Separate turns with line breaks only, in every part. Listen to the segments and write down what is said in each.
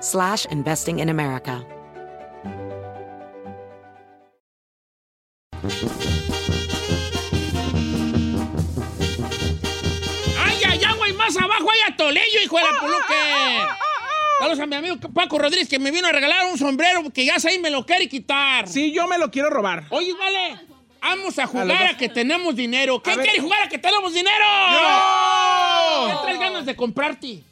slash investing in America.
¡Ay, ay, ay, güey! ¡Más abajo hay atolillo, hijo
Oh,
de la peluque! Saludos a mi amigo Paco Rodríguez que me vino a regalar un sombrero que ya sé y me lo quiere quitar.
Sí, yo me lo quiero robar.
Oye, vale, vamos a jugar a que tenemos dinero. ¿Quién
ver.
quiere jugar a que tenemos dinero?
¡Yo!
¿Qué traes ganas de comprarte?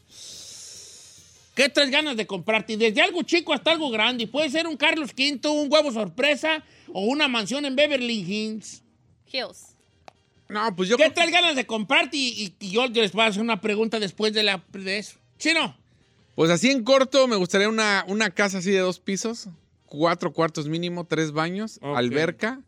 ¿Qué traes ganas de comprarte? Desde algo chico hasta algo grande. Puede ser un Carlos V, un huevo sorpresa o una mansión en Beverly Hills.
Hills.
No, pues yo
¿Qué
creo que-
traes ganas de comprarte? Y, y- y yo les voy a hacer una pregunta después de, la, de eso. Chino,
Pues así en corto, me gustaría una, una casa así de dos pisos, cuatro cuartos mínimo, tres baños,
Ok.
alberca.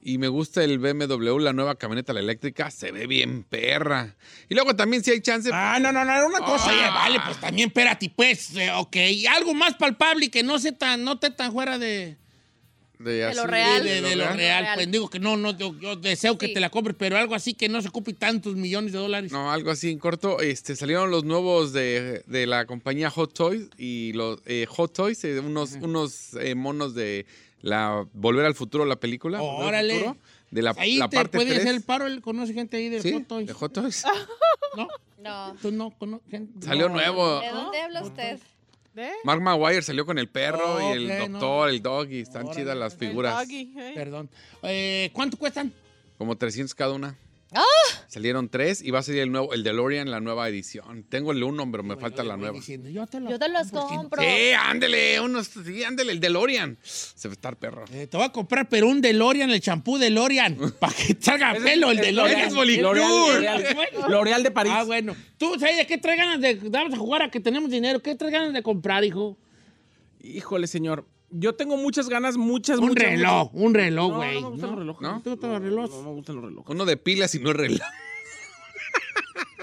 Y me gusta el BMW, la nueva camioneta la eléctrica, se ve bien perra. Y luego también si hay chance,
Ah, no, no, no, era una cosa. Oye, vale, pues también, espérate, pues, eh, ok. Algo más palpable y que no se tan, no te tan fuera de,
de,
lo
así-
real.
de, de- de lo real. Pues digo que no, no, yo, yo deseo que
Sí.
te la compres, pero algo así que no se ocupe tantos millones de dólares.
No, algo así en corto. Este, salieron los nuevos de, de la compañía Hot Toys y los eh, Hot Toys, eh, unos, unos eh, monos de la Volver al Futuro, la película. Volver al
Órale.
Futuro, de la,
ahí
la
te
parte
puede hacer
3.
el paro, él conoce gente ahí del
Sí,
Hot Toys.
de Hot Toys.
No,
No.
tú no conoces.
Salió nuevo.
¿De dónde habla usted?
Mark Maguire salió con el perro y el
Ok, no.
doctor, el doggy. Están
Órale.
chidas las figuras.
Perdón. Eh, ¿Cuánto cuestan?
Como 300 cada una.
¡Ah!
Salieron tres y va a salir el nuevo, el DeLorean, la nueva edición. Tengo el uno, pero me falta la
Voy
nueva.
diciendo, yo te, lo
Yo te los
chino.
compro.
Sí, ándele, unos, sí, ándele, el DeLorean. Se va a estar perro.
Eh, te voy a comprar, pero un DeLorean, el champú DeLorean, para que salga pelo el DeLorean.
ese es Bolicur.
L'Oreal, L'Oreal.
L'Oreal de París.
Ah, bueno. Tú, ¿sabes de qué traes ganas de... Vamos a jugar a que tenemos dinero. ¿Qué traes ganas de comprar, hijo?
Híjole, señor. Yo tengo muchas ganas, muchas,
Un
muchas.
reloj, un reloj,
muchas. No, no
güey.
me gustan los relojes.
¿No? ¿Te gustan los relojes?
No, no me gustan los relojes.
Uno de pilas y no es reloj.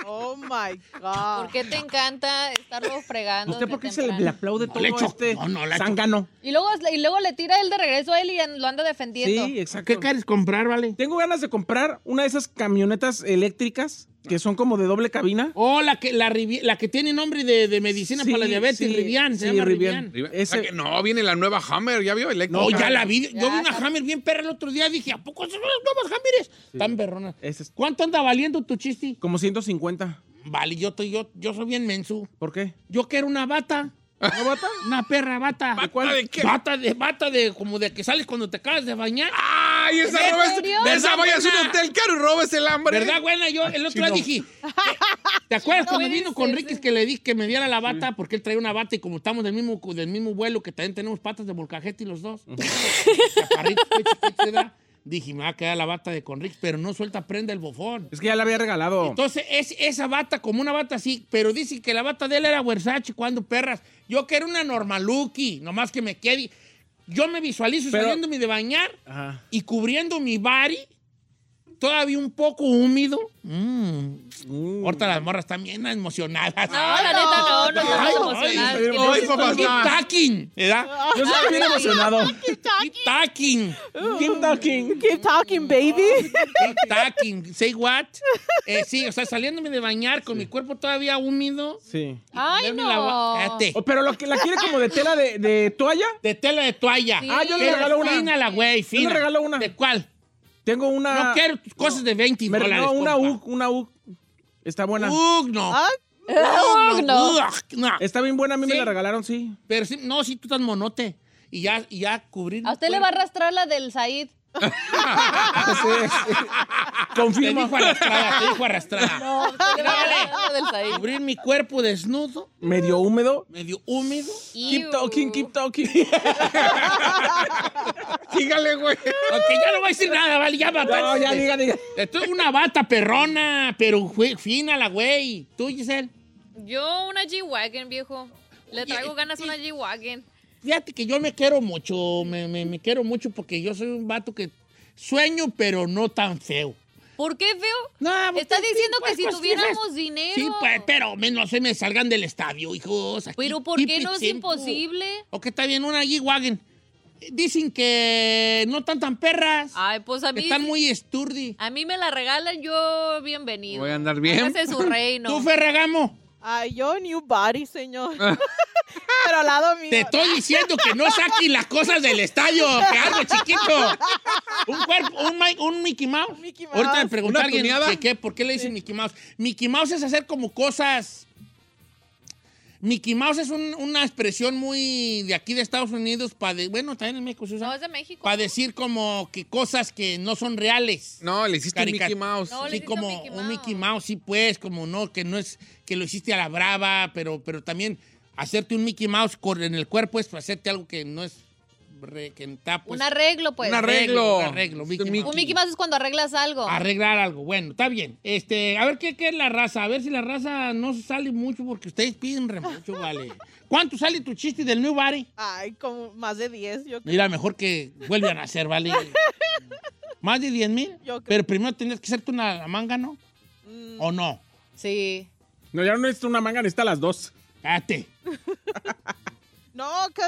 Oh my God.
Ah. ¿Por qué te encanta estarlo fregando?
¿Usted
desde
por qué se le,
temprano?
le aplaude todo
le echo-
este
no, no, le echo-
zángano?
Y luego, y luego le tira él de regreso a él y lo anda defendiendo.
Sí, exacto.
¿Qué quieres comprar, vale?
Tengo ganas de comprar una de esas camionetas eléctricas que son como de doble cabina.
Oh, la que, la, Rivi- la que tiene nombre de, de medicina
Sí,
para la diabetes,
sí,
Rivian, se
sí,
llama
Rivian.
Rivian.
Ese-
Ah, que no, viene la nueva Hammer, ¿ya vio? Eléctrica.
No, ya la vi. Yo
Ya,
vi una
está-
Hammer bien perra el otro día. Dije, ¿a poco son las nuevas Hammers? Tan perronas.
Ese es-
¿Cuánto anda valiendo tu chisti?
Como 150.
Vale, yo, estoy- yo, yo soy bien mensu.
¿Por qué?
Yo quiero una bata.
¿No bata?
Una perra bata.
¿Bata de qué? Ah,
Bata de, bata de, como de que sales cuando te acabas de bañar.
¡Ay, esa
¿En
roba es-
serio?
de
¿Verdad,
esa vayas a un
buena?
hotel caro y robes el hambre.
¿Verdad, buena? Yo el otro día
chino.
dije. eh, ¿Te acuerdas
No
cuando
puede
vino con
ser,
eh.
Ricky
sí.
que le dije que me diera la bata? Porque él traía una bata y como estamos del mismo, del mismo vuelo, que también tenemos patas de molcajete y los dos. chaparritos, qué chiquitos, ¿verdad? Dije, me va a quedar la bata de con Ricky, pero no suelta prenda el bofón.
Es que ya la había regalado.
Entonces, es esa bata, como una bata así, pero dicen que la bata de él era Versace cuando perras. Yo que era una normaluki, nomás que me quede. Yo me visualizo
Pero-
saliéndome de bañar
Ajá.
y cubriendo mi body, todavía un poco húmedo. Mm. Ahorita las morras están bien emocionadas.
No, la neta, no, no
Ay,
estamos
ay,
emocionados.
ay,
Queremos-
ay, papá.
Keep talking, ¿verdad?
Yo sí estoy bien emocionado.
Keep talking,
Keep talking.
Keep talking, baby.
keep talking. Say what? Eh, sí, o sea, saliéndome de bañar con mi cuerpo todavía húmedo.
Sí.
Ay,
ponerme la gua-
no.
Cállate.
Oh, pero lo que la quiere como de tela de, de toalla.
De tela de toalla.
Sí.
Ah, yo le
Pero
regalo una.
Fina la güey, fina.
le regalo una.
¿De cuál?
Tengo una.
no quiero tus cosas de 20
me-
dólares.
no, una
compa. Uh.
UG, una UG. Está buena.
Ugh, no.
Ah.
Ugh, no.
no.
Ugh, no.
Está bien buena, a mí
Sí.
me la regalaron, sí.
Pero sí, no, si tú estás monote. y ya, y ya cubrir.
A usted le va a arrastrar la del Said.
Te
Confirmo.
dijo arrastrada, te dijo arrastrada.
No, usted le va a arrastrar la del Said.
Cubrir mi cuerpo desnudo,
Medio húmedo.
medio húmedo.
Iu.
Keep talking,
Uh.
keep talking.
Dígale, güey.
Ok, ya no voy a decir nada, vale, ya va.
No, ya diga, diga.
Esto es una bata perrona, pero fue- fina la güey. Tú, Giselle.
Yo una G-Wagon, viejo. Le traigo ganas una G-Wagon.
Fíjate que yo me quiero mucho, me, me- me quiero mucho porque yo soy un vato que sueño, pero no tan feo.
¿Por qué feo?
No, porque
Estás
sí,
diciendo
pues,
que si
pues,
tuviéramos
sí,
dinero.
Sí, pues, pero menos se me salgan del estadio, hijos. Aquí,
Pero ¿por
keep
qué
it
no es
simple.
imposible?
Ok, está bien, una G-Wagon. Dicen que no están tan perras.
Ay, pues a mí.
están muy sturdy.
A mí me la regalan, yo bienvenido.
Voy a andar bien.
Hágase su reino.
Tú, Ferragamo,
Ay, yo new body, señor.
Ah.
Pero al lado mío.
te estoy diciendo que no saquen las cosas del estadio, que algo chiquito. Un cuerpo, un, Mi- un Mickey Mouse.
Mickey Mouse.
Ahorita me preguntó
¿Una
alguien
tuneada?
que qué, por qué le dicen Mickey Mouse. Mickey Mouse es hacer como cosas. Mickey Mouse es un- una expresión muy de aquí de Estados Unidos, para bueno, también en México se usa.
No, es de México.
para decir como que cosas que no son reales.
No, le hiciste un
Carica-
Mickey Mouse.
No, le
Sí,
hiciste
como
un Mickey
un
Mouse.
Mickey Mouse, sí, pues, como no, que no es, que lo hiciste a la brava, pero, pero también hacerte un Mickey Mouse cor- en el cuerpo es hacerte algo que no es, re- que está, pues,
un arreglo, pues.
un arreglo.
un arreglo, Mickey
Un
Mouse.
Un Mickey Mouse es cuando arreglas algo.
arreglar algo. Bueno, está bien. Este, a ver ¿qué, qué es la raza, a ver si la raza no sale mucho porque ustedes piden re mucho, vale. ¿Cuánto sale tu chiste del New Body?
Ay, como más de 10, yo creo.
Mira, mejor que vuelvan a hacer, ¿vale? Más de 10 mil.
Yo creo.
Pero primero tienes que hacerte una manga, ¿no?
Mm.
¿O no?
Sí.
No, ya no necesito una manga, necesita las dos.
Cállate.
No, que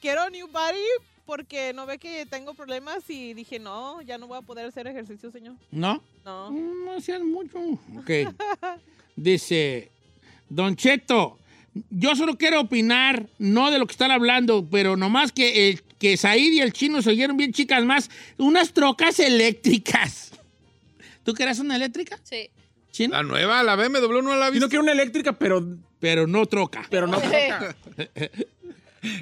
quiero new body porque no ve que tengo problemas y dije, no, ya no voy a poder hacer ejercicio, señor.
¿No?
No.
Mm, No seas mucho. Ok. Dice, Don Cheto, yo solo quiero opinar, no de lo que están hablando, pero nomás que, el, que Said y el chino se oyeron bien chicas más, unas trocas eléctricas. ¿Tú querías una eléctrica,
Sí.
chino?
La nueva, la BMW no
Yo
la
no
viste.
quiero una eléctrica, pero,
Pero no troca.
pero no.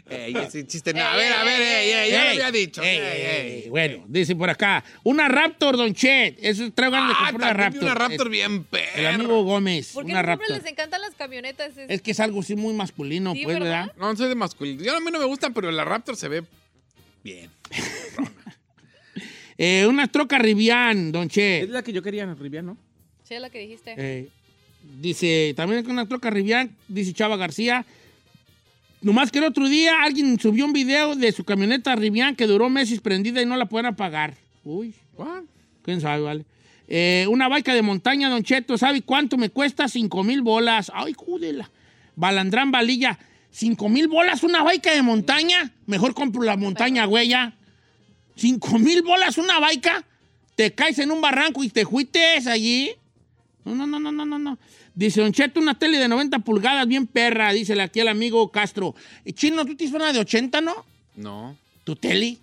Ey, ese chiste. no. A ver, a ver, ey, ey, ya lo
Ey,
había dicho.
ey,
Ey,
ey,
ey.
ey. Bueno, dice por acá, una Raptor, Don Chet. Eso traigo ganas
Ah,
de comprar
también
una
vi
Raptor. Eh,
una Raptor bien
El
perra.
amigo Gómez,
¿Por qué
una
a los hombres
Raptor.
les encantan las camionetas? Es-
Es que es algo así muy masculino,
Sí,
pues, ¿verdad?
¿verdad?
No, soy de masculino. Yo a mí no me gustan, pero la Raptor se ve bien.
Eh, una troca Rivian, Don Che.
Es la que yo quería, Rivian, ¿no?
Sí, es la que dijiste.
Eh, dice, también con una troca Rivian, dice Chava García. Nomás que el otro día alguien subió un video de su camioneta Rivian que duró meses prendida y no la pueden apagar. Uy, ¿what? ¿Quién sabe, vale? Eh, una baica de montaña, Don Cheto, ¿sabe cuánto me cuesta? Cinco mil bolas. Ay, júdela. Balandrán Valilla. ¿Cinco mil bolas una baica de montaña? Mejor compro la montaña, güey, ya. ¿Cinco mil bolas una baica? Te caes en un barranco y te juites allí. No, no, no, no, no, no, no. Dice, Don Cheto, una tele de 90 pulgadas, bien perra, dice aquí el amigo Castro. Eh, Chino, ¿tú tienes una de 80, no?
No,
¿Tu tele?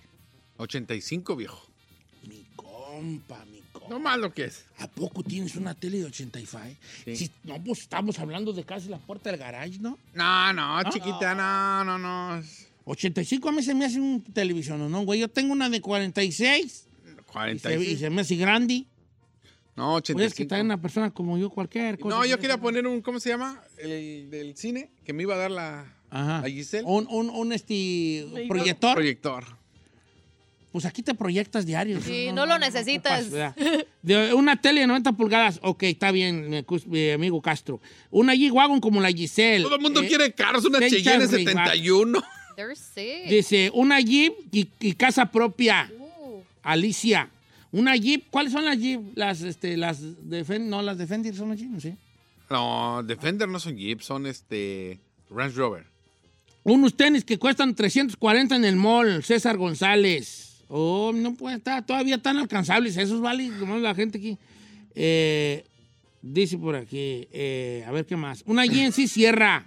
85, viejo.
Mi compa, mi compa.
No más lo que es.
¿A poco tienes una tele de 85?
Sí.
Si- no, pues estamos hablando de casi la puerta del garage, Ah, ¿no?
No, no, chiquita, no, no, no.
85 a mí se me hace un televisión, ¿no, güey? Yo tengo una de 46 y se, y
45.
se me hace grande.
No,
Pues es que
85.
está una persona como yo, cualquier cosa.
No, yo quería poner un, ¿cómo se llama? El del cine, que me iba a dar la,
Ajá.
la Giselle.
Un, un, un, este,
Me iba-
proyector.
proyector.
Pues aquí te proyectas diario.
Sí, no lo necesitas.
ocupas, ¿verdad? de una tele de 90 pulgadas. Ok, está bien, mi cus- mi amigo Castro. Una G-Wagon como la Giselle.
Todo el mundo
Eh,
quiere carros, una
seis
Cheyenne
chas Ray-Ban.
71.
There's six.
Dice, una Jeep y, y casa propia.
Uh,
Alicia. Una Jeep. ¿Cuáles son las Jeep? Las, este, las Defend... No, las Defender son las Jeep, no sé.
No, Defender no son Jeep, son este Range Rover.
Unos tenis que cuestan 340 en el mall. César González. Oh, no puede estar. Todavía están alcanzables esos, ¿vale? Nomás la gente aquí. Eh, dice por aquí. eh, a ver qué más. Una GNC Sierra.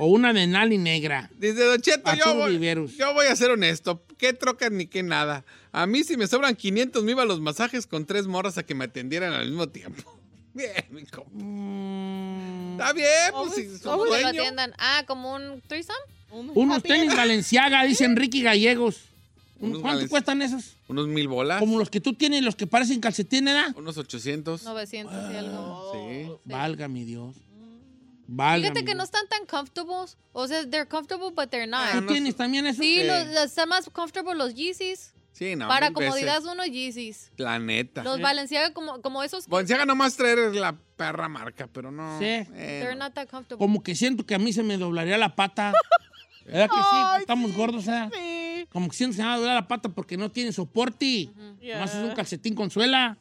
o una de Nali Negra.
Dice Don Cheto, yo
Arturo
voy,
Viveros.
yo voy a ser honesto. ¿Qué trocas ni qué nada? A mí si me sobran 500 me iba a los masajes con tres morras a que me atendieran al mismo tiempo. Bien, mi compa. Está bien, pues
Vamos,
si su
vamos,
que lo
dueño.
atiendan. Ah, como un threesome.
Unos
jardín.
tenis Valenciaga, dice Enrique Gallegos.
Unos
¿Cuánto
Valenci-
cuestan esos?
Unos mil bolas.
Como los que tú tienes, los que parecen calcetines, ¿verdad?
Unos 800.
900 y algo.
Sí.
Valga mi Dios. Valga.
Fíjate que no están tan comfortables. O sea, they're comfortable, but they're not.
Ah,
¿Tú
no
tienes también esos?
sí,
sí.
los- los- están más comfortable los Yeezys.
Sí, no.
para
mil veces.
comodidad, unos Yeezys.
Planeta.
Los Balenciaga, como, como esos. que-
Balenciaga nomás traer es la perra marca, pero no.
Sí.
eh,
They're
no.
not that comfortable.
Como que siento que a mí se me doblaría la pata. ¿Verdad que sí?
Ay,
Estamos
sí,
gordos, ¿verdad?
Sí.
Como que siento que se me va a doblar la pata porque no tiene soporte.
Yeah.
Más es un calcetín con suela.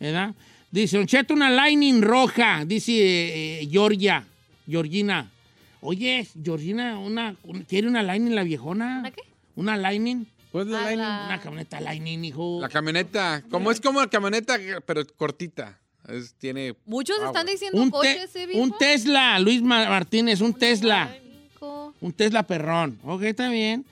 ¿Verdad? Dice, Don Cheto, una lining roja. Dice eh, eh, Georgia. Georgina. Oye, Georgina, una, un- ¿quiere una lining la viejona?
¿Una qué?
Una lining.
Pues la
A
Lightning.
Ah.
la-
Una camioneta lining, hijo.
La camioneta. Como es como la camioneta, pero cortita. Es- tiene.
Muchos
Ah,
están
güey.
diciendo
un, te-
coches, ¿eh, viejo?
un Tesla, Luis Ma- Martínez, un Tesla.
Co-
Un Tesla perrón. Ok, está bien.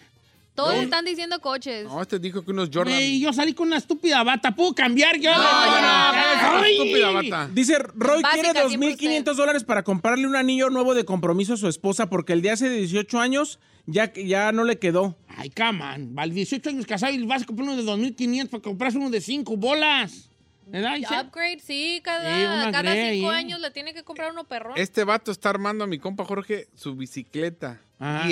Todos están diciendo coches.
No, este dijo que unos Jordan.
Ey, yo salí con una estúpida bata. ¿Puedo cambiar yo?
no, no, no,
Ay.
estúpida bata.
Dice, Roy
Básica,
quiere 2.500 dólares para comprarle un anillo nuevo de compromiso a su esposa porque el de hace 18 años ya, ya no le quedó.
Ay, caman. Val 18 años casado y vas a comprar uno de 2.500 para comprarse uno de 5 bolas. ¿Verdad? Isel?
Upgrade, sí,
Sí, una
cada, cada
Grey,
cinco
¿eh?
años le tiene que comprar uno perrón.
Este vato está armando a mi compa Jorge su bicicleta.
Ajá.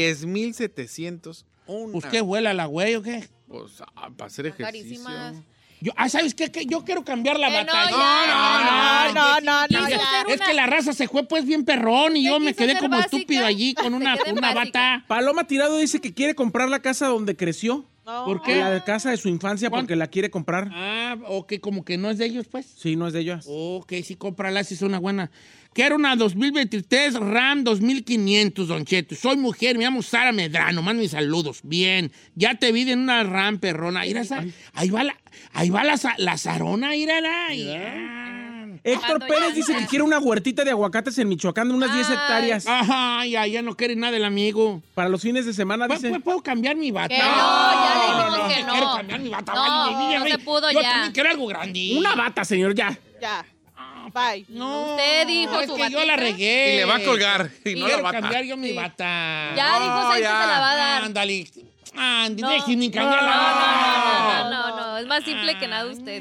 10,700. Una.
Pues qué vuela la güey o qué.
Pues, ah, para hacer ejercicio.
Carísimas.
Yo, ah, ¿sabes qué? ¿Qué? Yo quiero cambiar la
Eh,
bata.
no,
Ay,
ya.
No, no, no,
Ay,
no.
Quiso
ya.
hacer
Es
una-
que la raza se fue pues bien perrón y
Se
yo me
quiso
quedé
hacer
como
básica.
estúpido allí con una,
Se quedó en
una
básica.
bata.
Paloma Tirado dice que quiere comprar la casa donde creció.
No.
Oh.
¿Por qué?
La casa de su infancia
¿Cuán-
porque la quiere comprar.
Ah, o que como que no es de ellos pues.
Sí, no es de ellas.
Oh.
Ok, sí, cómprala, si es una buena. Quiero una 2023 RAM 2500, Don Cheto. Soy mujer, me llamo Sara Medrano, mando mis saludos. Bien, ya te vi en una RAM perrona. Mira esa- ahí va la, ahí va la, sa- la Sarona, írala. ya.
Héctor
Cuando ya
Pérez
no
dice que
sea.
quiere una huertita de aguacates en Michoacán de unas 10
Ay. Ah.
hectáreas.
Ajá, ya, ya no quiere nada el amigo.
Para los fines de semana
¿Puedo,
Ah, dice...
puedo- puedo cambiar mi bata?
Que no, ya le dijimos que no.
Quiero cambiar mi bata.
No,
Ay, mi niña,
no
güey,
se pudo
Yo
ya.
también quiero algo grande.
Una bata, señor, ya.
Ya. Bye.
No.
Usted dijo
es
su
que yo
batita.
la regué.
Y le va a colgar. Y
Eh,
no
Quiero
la bata.
cambiar yo mi bata.
Ya dijo Sainz que se la va a dar.
Ándale. Ándale,
No.
déjeme cambiar la bata.
No, no, no, no, no, es más simple que nada usted.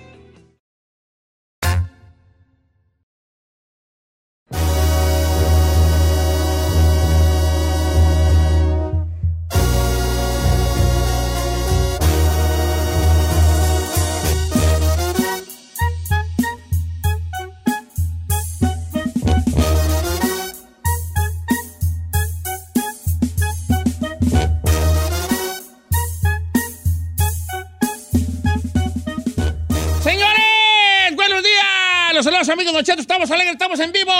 Señores, buenos días. Los saludos amigos Don Cheto. Estamos alegres, estamos en vivo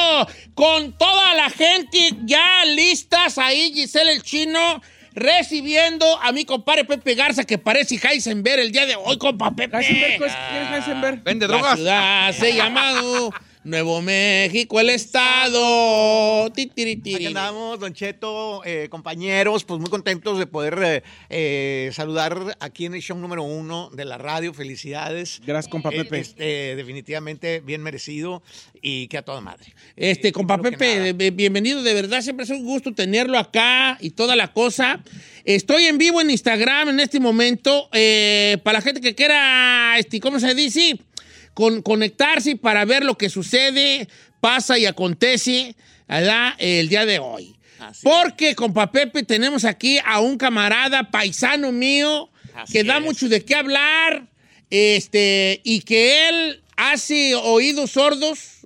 con toda la gente ya listas ahí. Giselle el chino, recibiendo a mi compadre Pepe Garza, que parece Heisenberg el día de hoy, compa Pepe.
Heisenberg, pues, ¿quién es Heisenberg?
Vende
La
drogas.
ciudad se llamado Nuevo México, el estado. Ti, tiri, tiri.
Aquí andamos, Don Cheto, eh, compañeros, pues muy contentos de poder eh, eh, saludar aquí en el show número uno de la radio. Felicidades.
Gracias, compa Pepe.
Este, definitivamente bien merecido y que a toda madre.
Este,
Eh,
compa
primero que
Pepe,
nada.
be- bienvenido, de verdad, siempre es un gusto tenerlo acá y toda la cosa. Estoy en vivo en Instagram en este momento, eh, para la gente que quiera, este, ¿cómo se dice? Con, conectarse para ver lo que sucede, pasa y acontece ¿verdad? el día de hoy.
Así
Porque, compa Pepe, tenemos aquí a un camarada paisano mío
Así
que da
es.
mucho de qué hablar este, y que él hace oídos sordos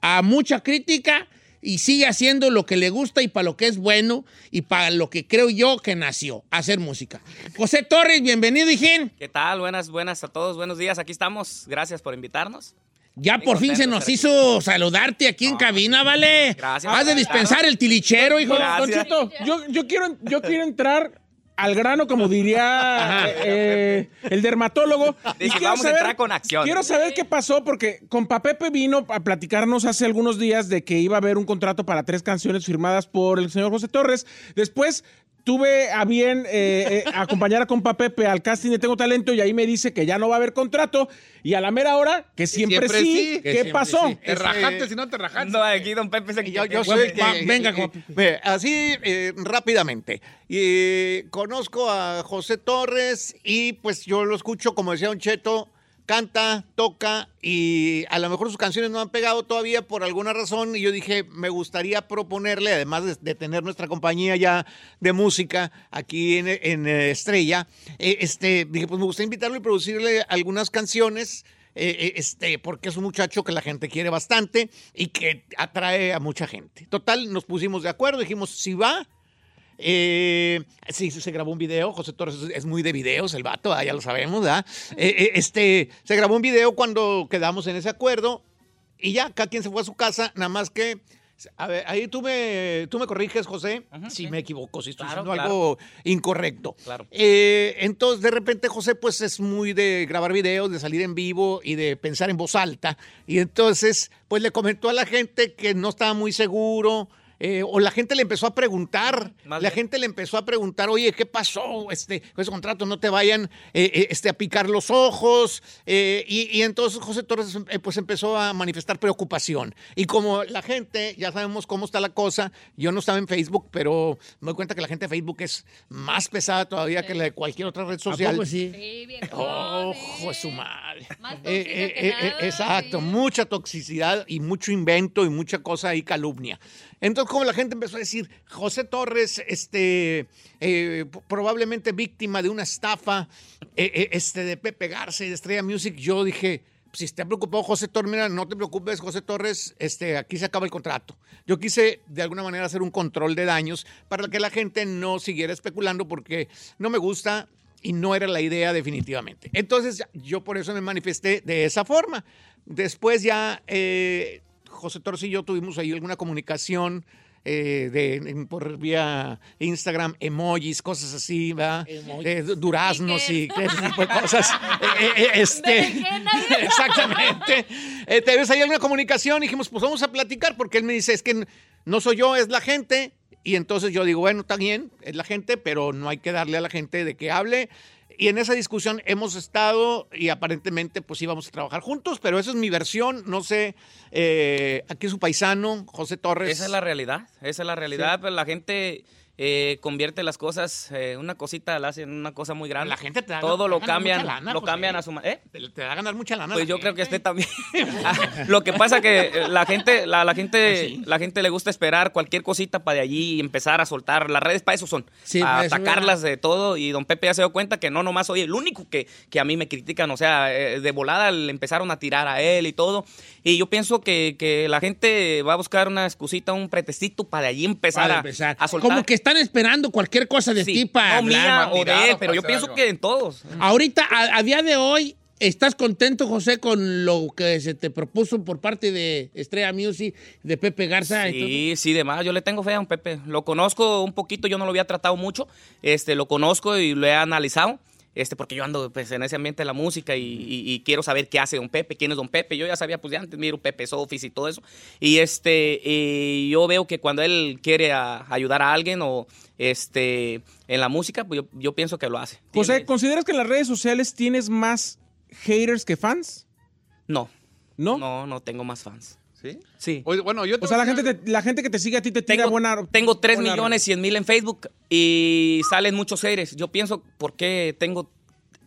a mucha crítica y sigue haciendo lo que le gusta y para lo que es bueno y para lo que creo yo que nació, hacer música. José Torres, bienvenido, Hijín.
¿Qué tal? Buenas, buenas a todos. Buenos días. Aquí estamos. Gracias por invitarnos.
Ya
Muy
por fin se
contento
nos
de estar
hizo saludarte aquí en cabina, ¿vale?
Gracias.
Has de dispensar el tilichero, hijo.
Don- Don
Gracias.
Cheto, yo, yo quiero, yo quiero entrar al grano, como diría eh, el dermatólogo.
Dije, vamos a entrar con acción.
Quiero saber qué pasó, porque compa Pepe vino a platicarnos hace algunos días de que iba a haber un contrato para tres canciones firmadas por el señor José Torres. Después tuve a bien eh, eh, acompañar a compa Pepe al casting de Tengo Talento y ahí me dice que ya no va a haber contrato. Y a la mera hora, que siempre,
siempre
sí.
sí.
¿Qué
Que siempre
pasó?
sí.
Te rajaste, si no te rajaste.
No, Este, aquí don Pepe se
Yo, yo
Guapo,
soy el
va,
que-
venga,
eh,
guapo.
eh, así eh, rápidamente. Y eh, conozco a José Torres y pues yo lo escucho, como decía Don Cheto, canta, toca y a lo mejor sus canciones no han pegado todavía por alguna razón y yo dije, me gustaría proponerle, además de, de tener nuestra compañía ya de música aquí en, en, eh, Estrella, eh, este, dije, pues me gustaría invitarlo y producirle algunas canciones. eh, eh, este, porque es un muchacho que la gente quiere bastante y que atrae a mucha gente. Total, nos pusimos de acuerdo, dijimos, si va, eh, sí, sí, se grabó un video. José Torres es- es muy de videos, el vato, ah, ya lo sabemos, ¿verdad? Eh, eh, este, se grabó un video cuando quedamos en ese acuerdo y ya, cada quien se fue a su casa, nada más que. A ver, ahí tú me, tú me corriges, José, si me equivoco, si estoy
Claro,
haciendo
claro.
algo incorrecto.
Claro.
Eh, entonces, de repente, José, pues es muy de grabar videos, de salir en vivo y de pensar en voz alta. Y entonces, pues le comentó a la gente que no estaba muy seguro. eh, o la gente le empezó a preguntar,
Más
la
bien.
gente le empezó a preguntar, oye, ¿qué pasó? Este, con ese contrato no te vayan eh, eh, este, a picar los ojos. eh, y, y entonces José Torres eh, pues empezó a manifestar preocupación. Y como la gente, ya sabemos cómo está la cosa, yo no estaba en Facebook, pero me doy cuenta que la gente de Facebook es más pesada todavía que la de cualquier otra red
¿A
social.
poco sí?
Sí, bien.
Ojo, es su madre.
Más tóxica
Eh, eh,
que
eh,
nada,
eh, exacto,
sí.
mucha toxicidad y mucho invento y mucha cosa y calumnia. Entonces, como la gente empezó a decir, José Torres, este, eh, p- probablemente víctima de una estafa, eh, eh, este, de Pepe Garza y de Estrella Music, yo dije, si está preocupado José Torres, mira, no te preocupes, José Torres, este, aquí se acaba el contrato. Yo quise de alguna manera hacer un control de daños para que la gente no siguiera especulando porque no me gusta y no era la idea definitivamente. Entonces yo por eso me manifesté de esa forma. Después ya eh, José Torres y yo tuvimos ahí alguna comunicación eh, de, en- por vía Instagram, emojis, cosas así, ¿verdad?
Emojis.
Eh, du- duraznos y
Stickers.
ese tipo de cosas. Eh, eh, eh, este,
Berenjenas.
exactamente. Eh, tenemos ahí alguna comunicación y dijimos, pues vamos a platicar, porque él me dice, es que no soy yo, es la gente. Y entonces yo digo, bueno, está bien, es la gente, pero no hay que darle a la gente de que hable. Y en esa discusión hemos estado y aparentemente pues íbamos a trabajar juntos, pero esa es mi versión, no sé, eh, aquí su paisano, José
Pues,
Torres.
Esa es la realidad, esa es la realidad, pero la gente eh, convierte las cosas, eh, una cosita la hacen una cosa muy grande.
La gente te da-
Todo
te
lo
da ganar
cambian,
mucha lana,
lo
José.
cambian a su manera.
Te, te va a ganar mucha lana.
Pues
la
yo creo que
gente.
usted también. Ah, lo que pasa que eh, la gente, la, la gente,
Pues sí.
la gente le gusta esperar cualquier cosita para de allí y empezar a soltar. Las redes para eso son,
Sí, pues,
para
para eso,
atacarlas de todo. Y don Pepe ya se dio cuenta que no nomás soy el único que, que a mí me critican. O sea, eh, de volada le empezaron a tirar a él y todo. Y yo pienso que, que la gente va a buscar una excusita, un pretextito para de allí empezar,
Para
a-
empezar.
a, soltar.
Como que están esperando cualquier cosa de
Sí,
ti para
no
hablar,
mía
para
o
tirar.
de él,
o para
pero yo
hacer
pienso
algo.
que en todos.
Ahorita, a, a día de hoy, ¿Estás contento, José, con lo que se te propuso por parte de Estrella Music, de Pepe Garza?
Sí, sí, demás. Yo le tengo fe a un Pepe. Lo conozco un poquito, yo no lo había tratado mucho. Este, lo conozco y lo he analizado. Este, porque yo ando pues, en ese ambiente de la música y, y- y quiero saber qué hace Don Pepe, quién es Don Pepe. Yo ya sabía pues de antes, miro Pepe Sofis y todo eso. Y este, y yo veo que cuando él quiere a- ayudar a alguien o este, en la música, pues yo, yo pienso que lo hace.
José, ¿consideras que en las redes sociales tienes más haters que fans?
No.
¿No?
No, no tengo más fans.
¿Sí?
Sí.
bueno, yo
O sea, la gente, te- la gente que te sigue a ti te tira
Tengo-
buena...
Tengo 3
buena-
millones 100 mil en Facebook y salen muchos seres. Yo pienso, ¿por qué tengo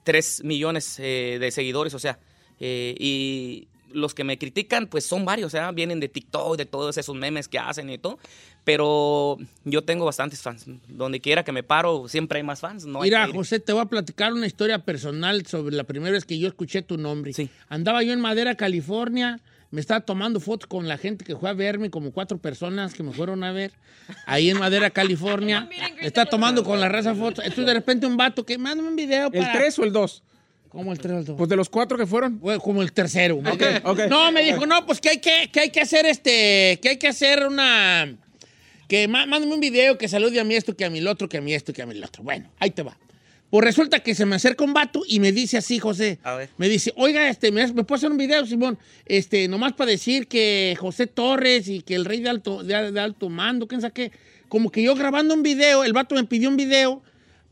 3 millones eh, de seguidores? O sea, eh, y los que me critican, pues son varios, o sea, vienen de TikTok, de todos esos memes que hacen y todo. Pero yo tengo bastantes fans. Donde quiera que me paro, siempre hay más fans. No hay
Mira,
que ir.
José, te voy a platicar una historia personal sobre la primera vez que yo escuché tu nombre. Andaba yo en Madera, California, me estaba tomando fotos con la gente que fue a verme, como cuatro personas que me fueron a ver, ahí en Madera, California. me estaba tomando con la raza fotos. Entonces, de repente, un vato que mándame un video
¿El
para...
3 o el 2?
¿Cómo el 3 o el 2?
Pues de los cuatro que fueron.
Como el tercero.
Ok, ok.
No, me dijo,
Ok.
no, pues que hay que, que hay que hacer este, que hay que hacer una, que má- mándame un video que salude a mí esto, que a mí el otro, que a mí esto, que a mí el otro. Bueno, ahí te va. Pues resulta que se me acerca un vato y me dice así, José. Me dice, oiga, este, ¿me, me puedo hacer un video, Simón? Este, nomás para decir que José Torres y que el rey de alto, de, de alto mando, quién sabe qué. Como que yo grabando un video, el vato me pidió un video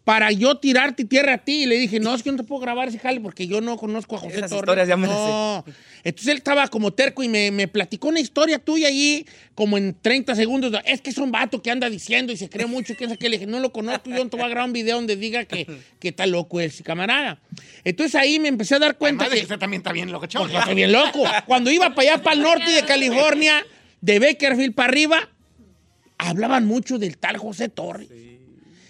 para yo tirarte tierra a ti. Y le dije, no, es que yo no te puedo grabar ese jale porque yo no conozco a José
Esas
Torres.
historias ya me las sé.
no. Entonces él estaba como terco y me, me platicó una historia tuya ahí, como en 30 segundos. Es que es un vato que anda diciendo y se cree mucho. ¿Quién sabe qué? Le dije, no lo conozco. Yo no te voy a grabar un video donde diga que, que está loco el camarada. Entonces ahí me empecé a dar cuenta. que, usted
también está bien loco,
Porque yo estoy bien loco. Cuando iba para allá, para el norte de California, de Bakerfield para arriba, hablaban mucho del tal José Torres.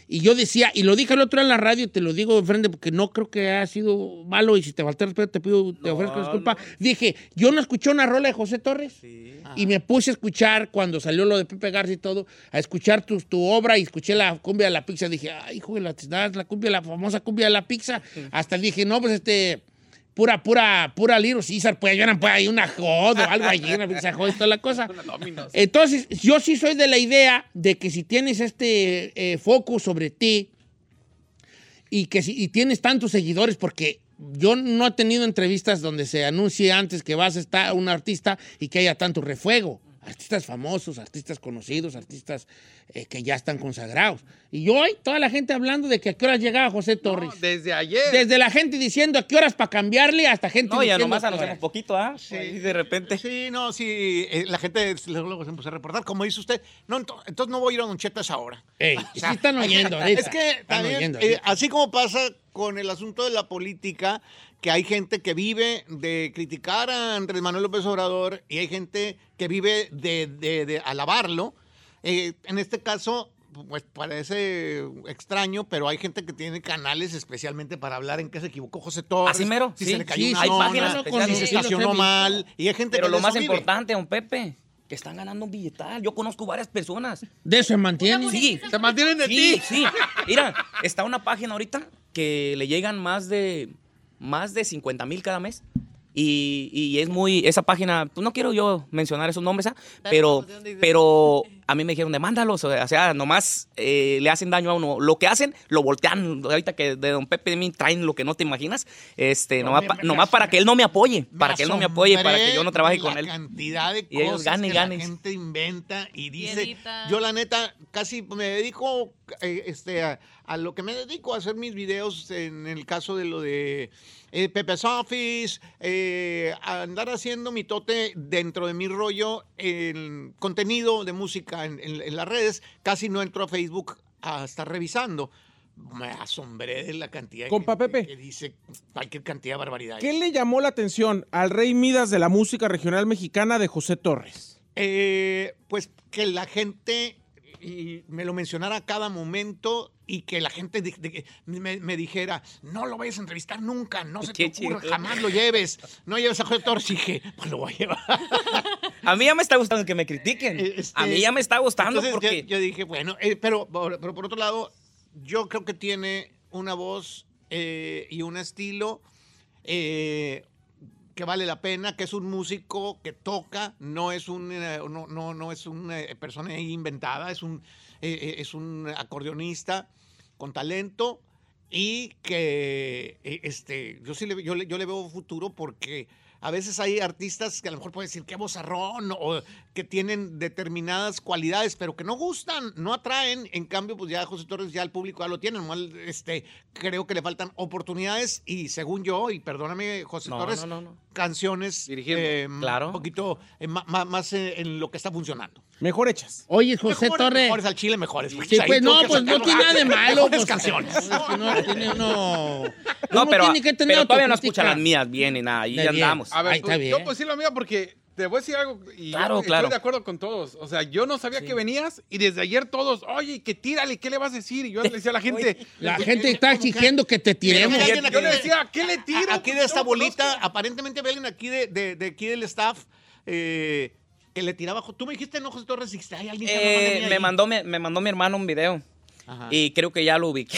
Y yo decía, y lo dije el otro día en la radio, te lo digo de frente porque no creo que haya sido malo y si te falté el respeto te pido, te ofrezco disculpa. Dije, yo no escuché una rola de José Torres y me puse a escuchar cuando salió lo de Pepe Garza y todo, a escuchar tu, tu obra y escuché la cumbia de la pizza. Dije, ay, hijo de la tiznada, la cumbia, la famosa cumbia de la pizza. Hasta dije, no, pues este, pura, pura, pura Little Caesar, pues, yo no, pues, hay una joda o algo allí, una pizza joda y toda la cosa. Entonces, yo sí soy de la idea de que si tienes este eh, foco sobre ti y que si y tienes tantos seguidores, porque yo no he tenido entrevistas donde se anuncie antes que vas a estar un artista y que haya tanto refuego. Artistas famosos, artistas conocidos, artistas eh, que ya están consagrados. Y hoy toda la gente hablando de que a qué horas llegaba José Torres.
desde ayer.
Desde la gente diciendo a qué horas para cambiarle hasta gente
No, ya
diciendo
nomás
a qué horas.
anunciamos poquito, ¿ah? Ahí de repente.
Sí, no, sí, eh, la gente luego luego se empezó a reportar, como dice usted, no, ento- entonces no voy a ir a Don Cheto a esa hora.
Ey, sí están oyendo ahorita.
Es que
Están
también,
oyendo
eh,
ahorita.
así como pasa con el asunto de la política, que hay gente que vive de criticar a Andrés Manuel López Obrador y hay gente que vive de, de- de alabarlo. Eh, en este caso, pues parece extraño, pero hay gente que tiene canales especialmente para hablar en qué se equivocó José Torres.
Así mero.
Si
Sí,
se le cayó
sí,
una
hay
lona,
páginas
si
especiales.
se
Sí, los he
estacionó
visto.
mal. Y hay gente
Pero
que
lo
de
más
eso vive.
importante, don Pepe, que están ganando un billetal. Yo conozco varias personas.
De eso se mantiene.
Sí.
Se mantienen de
Sí,
ti.
sí. Mira, está una página ahorita que le llegan más de más de 50 mil cada mes. Y, y es muy, esa página, pues, no quiero yo mencionar esos nombres, ¿ah?
pues,
pero, pero a mí me dijeron, demándalos, o sea, nomás eh, le hacen daño a uno. Lo que hacen, lo voltean. Ahorita que de Don Pepe de mí traen lo que no te imaginas, este, nomás, pa- nomás para que él no me apoye, para que él no me apoye, para que yo no trabaje con él.
La cantidad de
Y ellos
cosas
ganen,
que
ganen.
la gente inventa y dice. Yo, la neta, casi me dedico eh, este, a, a lo que me dedico a hacer mis videos en el caso de lo de eh, Pepe's Office, eh, a andar haciendo mi tote dentro de mi rollo en contenido de música en, en- en las redes. Casi no entro a Facebook a estar revisando. Me asombré de la cantidad de
Compa
gente
Pepe.
que dice cualquier cantidad de barbaridad.
¿Qué le llamó la atención al rey Midas de la música regional mexicana de José Torres?
Eh, pues que la gente y me lo mencionara a cada momento y que la gente di- di- me, me dijera, no lo vayas a entrevistar nunca, no se te ocurra,
chido.
jamás lo lleves, no lleves a José Torres. Y dije, pues lo voy a llevar.
A mí ya me está gustando que me critiquen. a mí ya me está gustando
Este, Entonces,
porque...
Yo, yo dije, bueno, eh, pero, por- pero por otro lado, yo creo que tiene una voz eh, y un estilo eh, que vale la pena, que es un músico que toca, no es un eh, no, no, no es una eh, persona ahí inventada, es un eh, eh, es un acordeonista con talento y que eh, este yo sí le, yo le, yo le veo futuro porque a veces hay artistas que a lo mejor pueden decir que bozarrón o que tienen determinadas cualidades, pero que no gustan, no atraen. En cambio, pues ya José Torres ya el público ya lo tiene. nomás, este, creo que le faltan oportunidades y según yo, y perdóname José
No,
Torres,
no, no, no.
canciones eh,
claro.
un poquito eh, ma- ma- más eh, en lo que está funcionando.
Mejor hechas.
Oye, José
Mejores,
Torres.
Mejores al chile, mejores.
Sí,
Ahí
pues
tengo
no,
que
pues no
sacarlo.
tiene nada de malo.
Mejores
Pues,
canciones.
es que no, tiene uno-
No,
uno
pero,
tiene que tener
pero todavía
autocrítica.
no escucha las mías bien ni nada. Ahí
Está bien.
andamos.
A ver,
Ahí está
pues,
bien.
yo pues sí lo mío porque te voy a decir algo y yo
Claro,
estoy
claro.
de acuerdo con todos. O sea, yo no sabía que venías y desde ayer todos, oye, que tírale, ¿qué le vas a decir? Y yo le decía a la gente...
La
les-
gente está exigiendo que te tiremos.
Mira, alguien
Yo
aquí
le
de-
decía, ¿qué le tiro?
Aquí de esta bolita, aparentemente ve alguien aquí de, de, de aquí del staff eh, que le tiraba. jo- Tú me dijiste, no, José Torres, dijiste, hay alguien que
Eh,
me manda a mí
me,
ahí.
mandó, mi- me mandó mi hermano un video
Ajá.
y creo que ya lo ubiqué.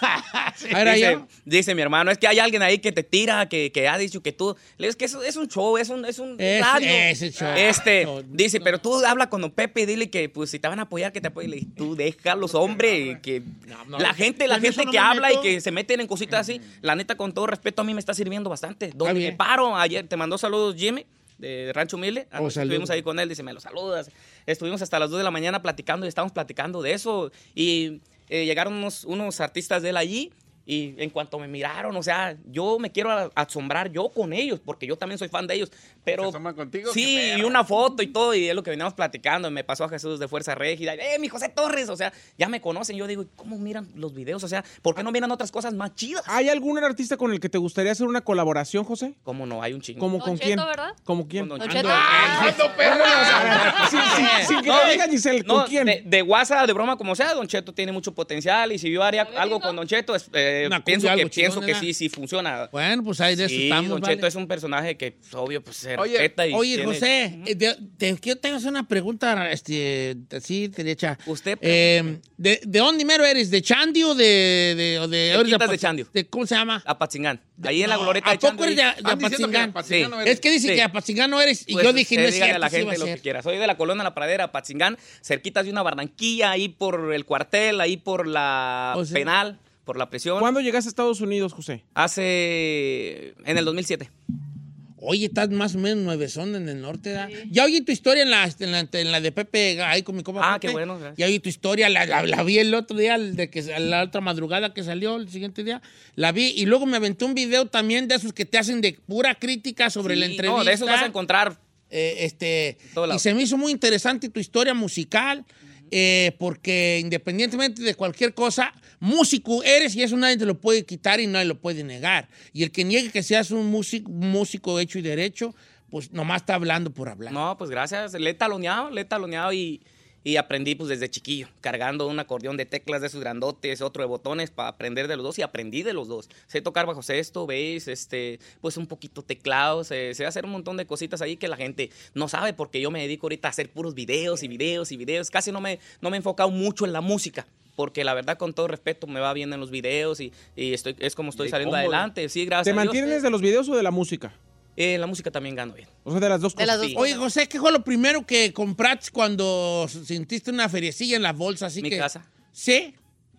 Ah, ¿era
dice,
yo?
dice mi hermano, es que hay alguien ahí que te tira, que, que ha dicho que tú... Le digo, es que eso es un show, es un, es un
Es-
radio.
ese show.
Este,
No,
dice, pero tú habla con don Pepe y dile que pues si te van a apoyar, que te apoyen. Le dije, tú déjalos, hombre, que
no,
la gente, la
en eso
gente
no
que
me
habla
meto.
y que se meten en cositas así, la neta, con todo respeto, a mí me está sirviendo bastante. Donde me
bien.
paro, ayer te mandó saludos Jimmy de Rancho Humilde,
Oh,
Anoche Ah, pues, estuvimos
saludos.
ahí con él, dice, me lo saludas. Estuvimos hasta las 2 de la mañana platicando y estábamos platicando de eso. Y eh, llegaron unos, unos artistas de él allí y en cuanto me miraron, o sea, yo me quiero a- asombrar yo con ellos, porque yo también soy fan de ellos. Pero...
¿Se asoman contigo?
Sí,
¡Qué perro!
y una foto y todo, y es lo que veníamos platicando. Me pasó a Jesús de Fuerza Régida, ¡eh, mi José Torres! O sea, ya me conocen. Yo digo, "¿Y ¿cómo miran los videos? O sea, ¿por qué no miran otras cosas más chidas?
¿Hay algún artista con el que te gustaría hacer una colaboración, José?
¿Cómo no? Hay un chingo.
¿Como
Don
con
Cheto,
quién?
¿verdad?
¿Como quién?
Con Don
Don
Cheto.
Cheto.
¡Ando, ¡Ah, perro!
Sin, sin- sin que te diga Giselle, ¿con
no,
quién?
De, de WhatsApp, de broma, como sea, Don Cheto tiene mucho potencial. Y si yo haría algo con Don Cheto, es, eh,
Una cumbia,
pienso, que,
algo chingón,
pienso que
nena.
sí, sí funciona.
Bueno, pues ahí de eso
Sí,
estamos.
Don
¿vale?
Cheto es un personaje que, pues, obvio, pues se
Oye,
respeta. Y
Oye,
tiene-
José, eh, de- te quiero te hacer una pregunta este, así derecha.
Usted,
Eh, ¿de, de dónde mero eres? ¿De Chandy o de...? de, o de, eres
Quitas de Ah, Chandio.
¿Cómo se llama?
Apatzingán. Ahí en la
No,
glorieta
Ah, ¿A
de
poco
Chandy.
eres de, de
Están diciendo que
Apatzingán?
Apatzingán no
Sí.
eres.
Es que dice
Sí.
que Apatzingán no eres y
Pues,
yo dije, no
usted
es
dígale
cierto,
a la
sí va
gente
a
lo que
ser.
quiera. Soy de la colonia La Pradera, Patzingán, cerquitas de una barranquilla, ahí por el cuartel, ahí por la
O sea-
penal, por la prisión.
¿Cuándo llegaste a Estados Unidos, José?
Hace. en el 2007.
Oye, estás más o menos nuevezón en el norte, ¿da? Ya oí tu historia en la, en la, en la de Pepe ahí con mi compa.
Ah,
Pepe.
qué bueno, gracias.
Ya oí tu historia, la, la- la vi el otro día, el de que, la otra madrugada que salió, el siguiente día, la vi. Y luego me aventó un video también de esos que te hacen de pura crítica sobre la
Sí,
entrevista.
No, de eso vas a encontrar.
Eh, este,
todo lado.
y se me hizo muy interesante tu historia musical, eh, porque independientemente de cualquier cosa, músico eres y eso nadie te lo puede quitar y nadie lo puede negar. Y el que niegue que seas un músico, músico hecho y derecho, pues nomás está hablando por hablar.
No, pues gracias. Le he taloneado, le he taloneado y, y aprendí pues desde chiquillo, cargando un acordeón de teclas de esos grandotes, otro de botones para aprender de los dos y aprendí de los dos. Sé tocar bajo sexto, veis, este, pues un poquito teclado, sé, sé hacer un montón de cositas ahí que la gente no sabe porque yo me dedico ahorita a hacer puros videos y videos y videos. Casi no me, no me he enfocado mucho en la música. Porque la verdad, con todo respeto, me va bien en los videos y, y estoy, es como estoy saliendo adelante. Sí, gracias.
¿Te
a Dios.
mantienes de los videos o de la música?
Eh, la música también gano bien.
O sea, de las dos
De
cosas.
las dos.
Sí.
Oye, José, ¿qué fue lo primero que compraste cuando sentiste una feriecilla en la bolsa? Así
Mi
que,
casa.
Sí.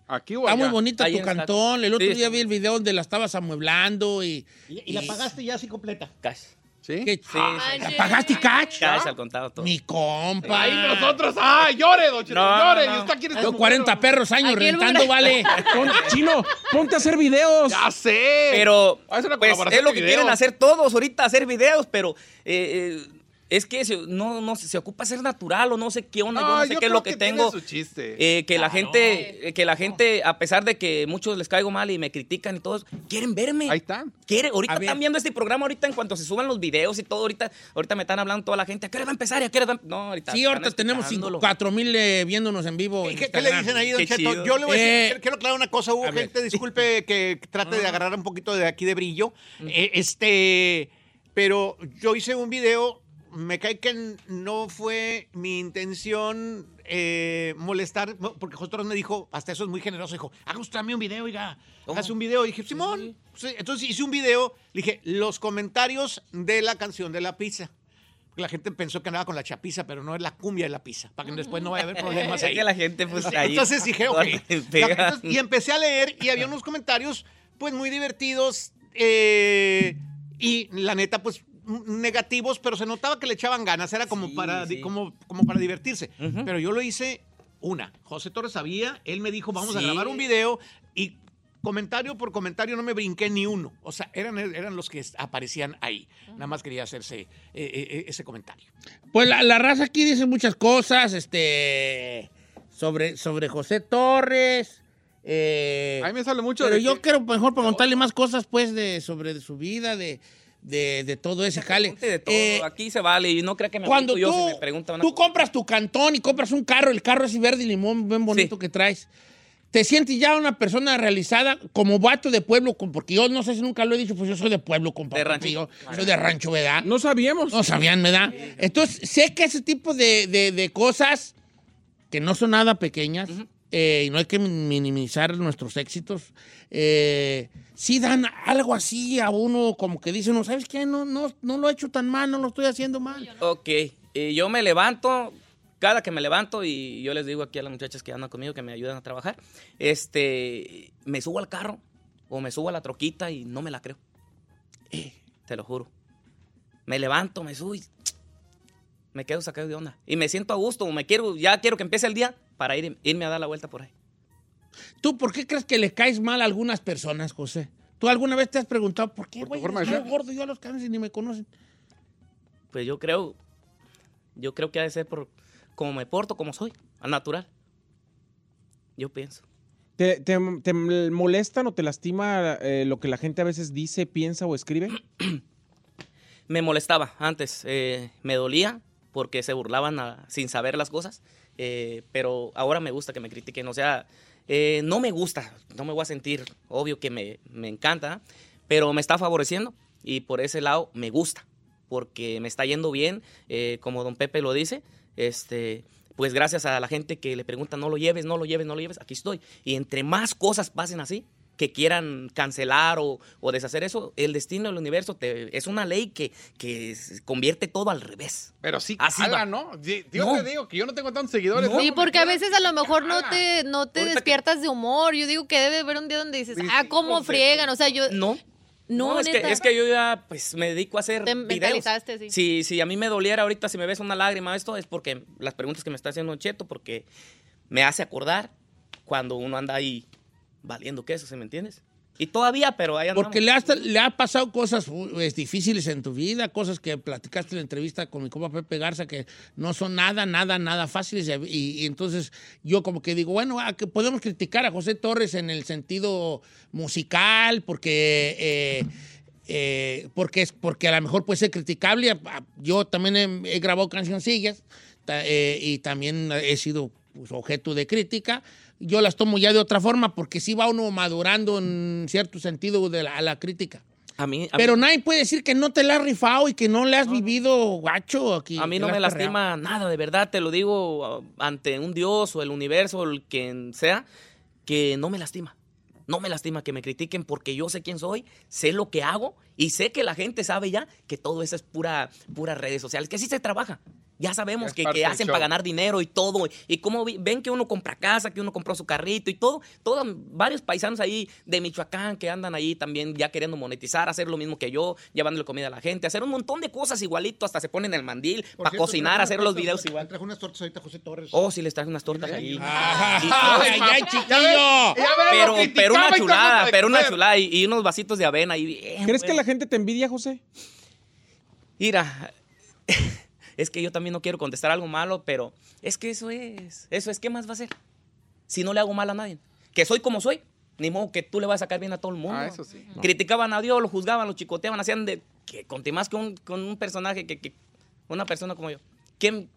Aquí o
Está muy
allá.
bonita
Ahí
tu
está.
cantón. El otro
Sí,
día
está.
vi el video donde la estabas amueblando y.
Y, y la pagaste ya así completa.
Cash.
¿Sí?
¿Qué?
sí,
¿La pagaste catch?
Cash al contado todo.
Mi compa.
Ahí nosotros, ¡ah, llore, don Cheto,
No, no,
llore!
no.
Y está aquí en este
Yo 40
mugrero.
perros años
Aquí el
rentando,
mugre-
vale.
Pon- chino, ponte a hacer videos.
¡Ya sé!
Pero
Ah, es una
pues,
colaboración
es lo
de
que
videos.
quieren hacer todos ahorita, hacer videos, pero eh, eh, es que se- no, no se ocupa ser natural o no sé qué onda, yo no
Ah,
sé
yo
qué es
creo
lo que,
que tiene
tengo.
su chiste.
Eh, que la gente, eh, que la gente, a pesar de que muchos les caigo mal y me critican y todo, eso, quieren verme.
Ahí están.
Quiere, ahorita
A ver.
están viendo este programa, ahorita en cuanto se suban los videos y todo, ahorita, ahorita me están hablando toda la gente, ¿a qué hora va a empezar? ¿Y ¿A qué hora va a em-?" No, ahorita.
Sí,
están
ahorita tenemos
escuchándolo.
4 mil eh, viéndonos en vivo. en
¿Qué, qué le
Instagram.
dicen ahí, Don
Qué
Cheto?
chido.
Yo le voy a decir,
Eh,
quiero- quiero aclarar una cosa. Hubo
a ver.
gente, disculpe, que trate de agarrar un poquito de aquí de brillo. Eh, este, pero yo hice un video me cae que no fue mi intención eh, molestar, no, porque José Torres me dijo, hasta eso es muy generoso, dijo, haga usted a mí un video, oiga, hace un video. Y dije, Simón, Sí, entonces hice un video, le dije, los comentarios de la canción de la pizza. Porque la gente pensó que andaba con la chapiza, pero no es la cumbia de la pizza, para que después no vaya a haber problemas
Es
ahí.
que la gente, pues,
Sí,
ahí-
Entonces dije, ok.
Pega.
Entonces, y empecé a leer y había unos comentarios, pues, muy divertidos eh, y la neta, pues, m- negativos, pero se notaba que le echaban ganas, era como, para, di- como, como para divertirse. Pero yo lo hice una. José Torres sabía, él me dijo, vamos a
Sí.
grabar un video y comentario por comentario no me brinqué ni uno. O sea, eran, eran los que aparecían ahí. Nada más quería hacerse eh, eh, eh, ese comentario.
Pues la, la raza aquí dice muchas cosas, este, sobre, sobre José Torres. eh,
A mí me sale mucho
Pero
de
yo
que-
quiero mejor preguntarle más cosas, pues, de, sobre de su vida, de, de, de todo ese jale.
de todo.
Eh,
Aquí se vale y no crea que me
cuando
apunto yo
tú-
si me preguntan una
Tú compras tu cantón y compras un carro, el carro ese verde y limón bien bonito que traes. ¿Te sientes ya una persona realizada como vato de pueblo? Com- Porque yo no sé si nunca lo he dicho, pues yo soy de pueblo, compa.
De
porque
rancho.
Yo
Claro.
soy de rancho, ¿verdad? No sabíamos. No sabían, ¿verdad? Entonces, sé que ese tipo de, de- de cosas que no son nada pequeñas eh, y no hay que min- minimizar nuestros éxitos, eh, sí dan algo así a uno, como que dice, no, ¿sabes qué? No, no, no lo he hecho tan mal, no lo estoy haciendo mal.
Ok, y yo me levanto, cada que me levanto, y yo les digo aquí a las muchachas que andan conmigo, que me ayudan a trabajar, este, me subo al carro o me subo a la troquita y no me la creo. Eh, te lo juro. Me levanto, me subo y me quedo sacado de onda. Y me siento a gusto, me quiero, ya quiero que empiece el día para ir, irme a dar la vuelta por ahí.
¿Tú por qué crees que le caes mal a algunas personas, José? ¿Tú alguna vez te has preguntado por qué, güey?
forma
les
de
caigo
ser.
gordo, yo a los cabrones y ni me conocen.
Pues yo creo, yo creo que ha de ser por como me porto, como soy, al natural. Yo pienso.
¿Te, te, te molestan o te lastima eh, lo que la gente a veces dice, piensa o escribe?
me molestaba antes, eh, me dolía porque se burlaban a- sin saber las cosas, eh, pero ahora me gusta que me critiquen, o sea, eh, no me gusta, no me voy a sentir, obvio que me, me encanta, pero me está favoreciendo y por ese lado me gusta, porque me está yendo bien, eh, como don Pepe lo dice, este, pues gracias a la gente que le pregunta, no lo lleves, no lo lleves, no lo lleves, aquí estoy. Y entre más cosas pasen así, que quieran cancelar o, o deshacer eso, el destino del universo te- es una ley que, que s- convierte todo al revés.
Pero sí,
Así
cala,
va.
¿no? Di- Yo
No.
te digo que yo no tengo tantos seguidores.
Sí,
luego
pues,
me
porque a
quedan-
veces a lo mejor no te, no te despiertas de humor. Yo digo que debe haber un día donde
Pues,
dices, ah, cómo friegan. O sea, yo.
No.
No,
es, que,
neta.
es que yo ya pues me dedico a hacer
Te
videos.
mentalizaste, sí.
Si, si a mí me doliera ahorita, si me ves una lágrima esto, es porque las preguntas que me está haciendo Cheto, porque me hace acordar cuando uno anda ahí valiendo queso, ¿sí me entiendes? Y todavía, pero ahí andamos.
Porque le, has, le ha pasado cosas pues, difíciles en tu vida, cosas que platicaste en la entrevista con mi compa Pepe Garza que no son nada, nada, nada fáciles. Y, y- y entonces yo como que digo, bueno, ah, que podemos criticar a José Torres en el sentido musical, porque... eh, eh, porque, es, porque a lo mejor puede ser criticable. A- a- Yo también he, he grabado cancioncillas ta- eh, y también he sido pues, objeto de crítica. Yo las tomo ya de otra forma porque sí va uno madurando en cierto sentido de la, a la crítica.
A mí, a
Pero
mí-
nadie puede decir que no te la has rifado y que no le has vivido guacho aquí.
A mí
que
no
la
me
has
lastima nada, de verdad, te lo digo ah, ante un Dios o el universo o el quien sea, que no me lastima. No me lastima que me critiquen porque yo sé quién soy, sé lo que hago y sé que la gente sabe ya que todo eso es pura, pura redes sociales, que así se trabaja. Ya sabemos
Es
que,
parte
que
del
hacen
show.
para ganar dinero y todo. Y cómo vi- ven que uno compra casa, que uno compró su carrito y todo. Todos varios paisanos ahí de Michoacán que andan ahí también ya queriendo monetizar, hacer lo mismo que yo, llevándole comida a la gente, hacer un montón de cosas igualito, hasta se ponen el mandil
Por
para
cierto,
cocinar,
trajo
hacer
unas
los
tortas-
videos igual.
Trajo unas tortas ahorita José Torres.
Oh, sí, les traje unas tortas ahí.
ay, ay, chiquillo. Ya ves, lo
pero, pero
criticaba
una
y todo
chulada,
lo-
pero una chulada. Y, y unos vasitos de avena ahí. bien
¿Crees que
buenos.
la gente te envidia, José?
Mira, es que yo también no quiero contestar algo malo, pero es que eso es. Eso es, ¿qué más va a ser? Si no le hago mal a nadie. Que soy como soy, ni modo que tú le vas a sacar bien a todo el mundo.
Ah, eso sí.
No. Criticaban a Dios, lo juzgaban, lo chicoteaban, hacían de. Que conté más que un, con un personaje, que, que- una persona como yo. ¿Quién,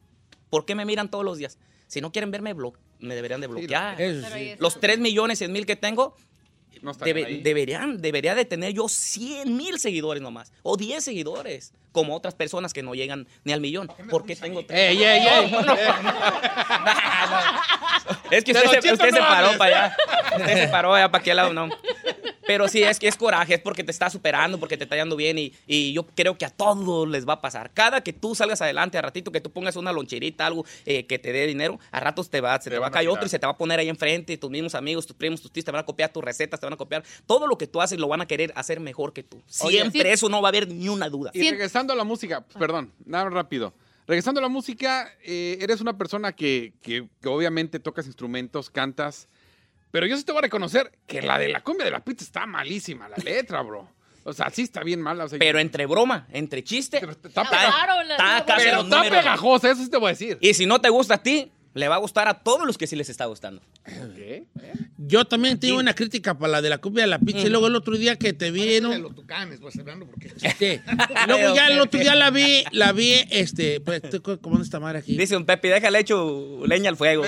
¿Por qué me miran todos los días? Si no quieren verme, blo- me deberían de bloquear.
eso Pero ahí sí.
Los 3 millones, 100 mil que tengo,
estarían
debe-
ahí.
deberían, debería de tener yo 100 mil seguidores nomás, o 10 seguidores, como otras personas que no llegan ni al millón. ¿Por qué tengo tres?
¡Ey, ey, ey!
No, no. Es que
De
usted,
los
se,
chistes
usted
no
se paró
hables.
para allá. Usted se paró allá para aquel lado, no. Pero sí, es que es coraje, es porque te está superando, porque te está yendo bien y, y yo creo que a todos les va a pasar. Cada que tú salgas adelante, a ratito que tú pongas una loncherita, algo eh, que te dé dinero, a ratos te va, se te, va a
van a
caer otro
tirar.
y se te va a poner ahí enfrente y tus mismos amigos, tus primos, tus tíos te van a copiar tus recetas, te van a copiar. Todo lo que tú haces lo van a querer hacer mejor que tú.
Oye,
Siempre,
sí.
eso no va a haber ni una duda.
Y regresando a la música, perdón, nada más rápido. Regresando a la música, eh, eres una persona que, que- que obviamente tocas instrumentos, cantas, pero yo sí te voy a reconocer que la de la cumbia de la pizza está malísima, la letra, bro. O sea, sí está bien mala.
Pero entre broma, entre chiste,
está,
Claro, la- la-
casi
pero
los
está
números.
pegajosa, eso sí te voy a decir.
Y si no te gusta a ti, le va a gustar a todos los que sí les está gustando.
¿Qué?
Yo también tengo una crítica para la de la cumbia de la pizza. Y
Mm.
luego el otro día que te vieron.
los tucanes, pues hablando porque.
Este, luego ya el otro día la vi, la vi, este, pues, estoy co- como en esta madre aquí. Ah.
Dice un Pepe, déjale hecho leña al fuego.